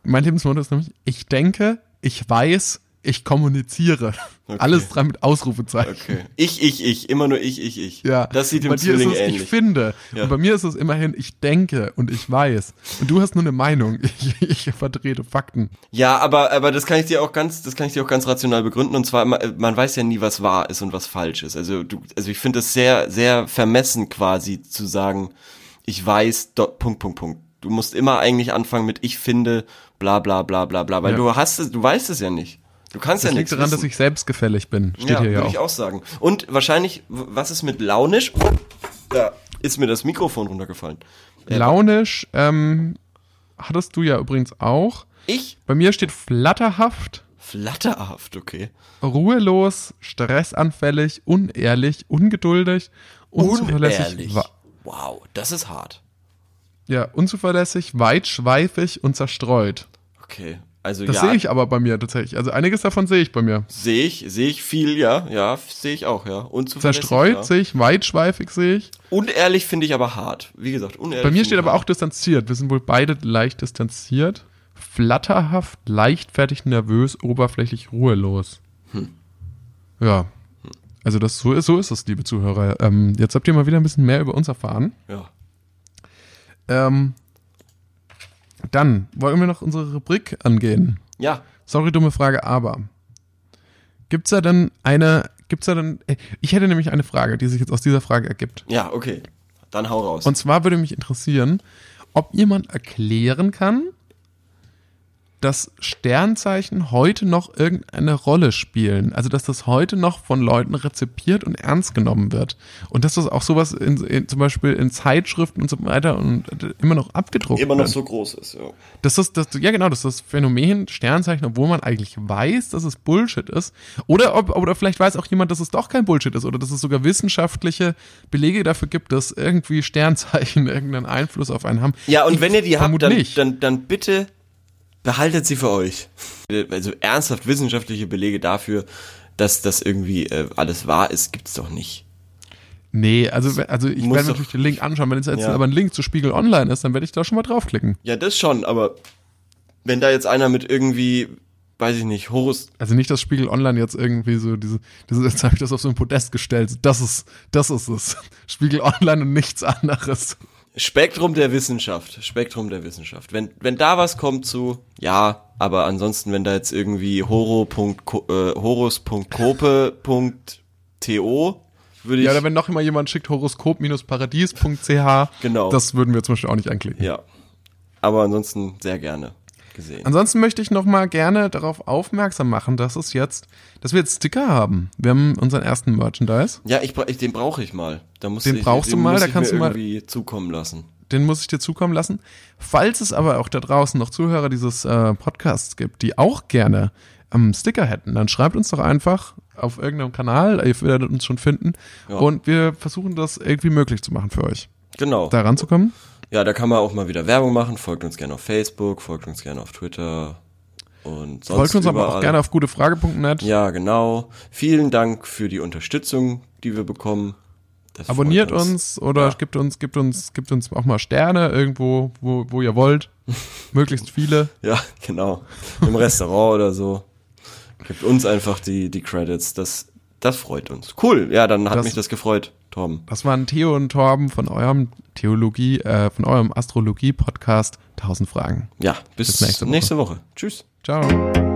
A: Mein Lebensmotto ist nämlich, ich denke, ich weiß, ich kommuniziere. Alles dran mit Ausrufezeichen.
B: Okay. Ich, ich, ich, immer nur ich, ich, ich.
A: Ja,
B: Das sieht dem
A: bei dir
B: Zwilling
A: ist es,
B: ähnlich.
A: Ich finde.
B: Ja.
A: Und bei mir ist es immerhin, ich denke und ich weiß. Und du hast nur eine Meinung. Ich, ich vertrete Fakten.
B: Ja, aber, aber das kann ich dir auch ganz, das kann ich dir auch ganz rational begründen. Und zwar, man, man weiß ja nie, was wahr ist und was falsch ist. Also du, also ich finde es sehr, sehr vermessen quasi zu sagen, ich weiß, do, Punkt, Punkt, Punkt. Du musst immer eigentlich anfangen mit ich finde, bla, bla, bla, bla, bla, weil
A: Ja.
B: du hast es, du weißt es ja nicht. Du kannst
A: Das
B: ja
A: liegt
B: nichts
A: daran, dass
B: wissen.
A: ich selbstgefällig bin. Steht hier ja
B: würde
A: auch.
B: ich auch sagen. Und wahrscheinlich, w- was ist mit launisch? Oh, Da ist mir das Mikrofon runtergefallen. Äh,
A: Launisch ähm, hattest du ja übrigens auch.
B: Ich?
A: Bei mir steht flatterhaft,
B: Flatterhaft, okay.
A: ruhelos, stressanfällig, unehrlich, ungeduldig, unzuverlässig,
B: Unehrlich.
A: wa-
B: Wow, das ist hart.
A: ja, unzuverlässig, weitschweifig und zerstreut.
B: Okay, also
A: Das
B: ja,
A: sehe ich aber bei mir tatsächlich. Also einiges davon sehe ich bei mir.
B: sehe ich, sehe ich viel, ja, ja, sehe ich auch, ja. Unzuverlässig,
A: Zerstreut
B: ja.
A: sehe ich, weitschweifig sehe ich.
B: Unehrlich finde ich aber hart. Wie gesagt, unehrlich.
A: Bei mir
B: finde
A: steht
B: ich
A: aber
B: hart.
A: auch distanziert. Wir sind wohl beide leicht distanziert. Flatterhaft, leichtfertig, nervös, oberflächlich, ruhelos. Ja. Also das, so, ist, so ist es, liebe Zuhörer. Ähm, jetzt habt ihr mal wieder ein bisschen mehr über uns erfahren.
B: Ja.
A: Ähm, dann wollen wir noch unsere Rubrik angehen.
B: ja,
A: Sorry, dumme Frage, aber gibt's da denn eine, gibt's da denn, äh, ich hätte nämlich eine Frage, die sich jetzt aus dieser Frage ergibt.
B: ja, okay. Dann hau raus.
A: Und zwar würde mich interessieren, ob jemand erklären kann, dass Sternzeichen heute noch irgendeine Rolle spielen. Also, dass das heute noch von Leuten rezipiert und ernst genommen wird. Und dass das auch sowas in, in, zum Beispiel in Zeitschriften und so weiter und immer noch abgedruckt
B: immer noch
A: wird.
B: so groß ist, ja.
A: Dass das, das, ja genau, dass das Phänomen Sternzeichen, obwohl man eigentlich weiß, dass es Bullshit ist. Oder ob, oder vielleicht weiß auch jemand, dass es doch kein Bullshit ist oder dass es sogar wissenschaftliche Belege dafür gibt, dass irgendwie Sternzeichen irgendeinen Einfluss auf einen haben.
B: Ja, und
A: Ich
B: wenn ihr die habt,
A: vermute
B: dann,
A: nicht.
B: dann, dann bitte Behaltet sie für euch. Also ernsthaft wissenschaftliche Belege dafür, dass das irgendwie äh, alles wahr ist, gibt's doch nicht.
A: Nee, also, we- also ich
B: Muss
A: werde
B: doch-
A: natürlich den Link anschauen. Wenn jetzt jetzt
B: Ja.
A: aber ein Link zu Spiegel Online ist, dann werde ich da schon mal draufklicken.
B: Ja, das schon, aber wenn da jetzt einer mit irgendwie, weiß ich nicht, Horus,
A: Also nicht, dass Spiegel Online jetzt irgendwie so diese, diese jetzt habe ich das auf so ein Podest gestellt. Das ist, das ist es. Spiegel Online und nichts anderes.
B: Spektrum der Wissenschaft, Spektrum der Wissenschaft. Wenn, wenn da was kommt zu, ja, aber ansonsten, wenn da jetzt irgendwie horo. punkt- äh, horus.cope.to würde ich,
A: Ja, oder wenn noch immer jemand schickt horoskop-paradies.ch,
B: Genau.
A: das würden wir zum Beispiel auch nicht anklicken.
B: ja, aber ansonsten sehr gerne gesehen.
A: Ansonsten möchte ich noch mal gerne darauf aufmerksam machen, dass es jetzt, dass wir jetzt Sticker haben. Wir haben unseren ersten Merchandise.
B: Ja, ich, bra- ich den brauche ich mal. Da muss
A: Den
B: ich,
A: brauchst du mal,
B: muss
A: da
B: ich
A: kannst
B: mir
A: du mal-
B: irgendwie zukommen lassen.
A: den muss ich dir zukommen lassen. Falls es aber auch da draußen noch Zuhörer dieses äh, Podcasts gibt, die auch gerne ähm, Sticker hätten, dann schreibt uns doch einfach auf irgendeinem Kanal, ihr werdet uns schon finden
B: Ja.
A: und wir versuchen das irgendwie möglich zu machen für euch.
B: Genau.
A: Da ranzukommen?
B: Ja, da kann man auch mal wieder Werbung machen. Folgt uns gerne auf Facebook, folgt uns gerne auf Twitter und sonst
A: Folgt uns
B: überall.
A: aber auch gerne auf gutefrage.net.
B: Ja, genau. Vielen Dank für die Unterstützung, die wir bekommen. Das freut
A: Abonniert uns oder
B: Ja.
A: gibt uns, gibt uns, gibt uns auch mal Sterne irgendwo, wo, wo ihr wollt. Möglichst viele.
B: Ja, genau. Im Restaurant oder so. Gibt uns einfach die, die Credits. Das, das freut uns. Cool. Ja, dann hat
A: Das-
B: mich das gefreut, Tom.
A: Das waren Theo und Torben von eurem Theologie, äh, von eurem Astrologie-Podcast 1000 Fragen.
B: Ja, bis,
A: Bis nächste Woche.
B: nächste Woche. Tschüss.
A: Ciao.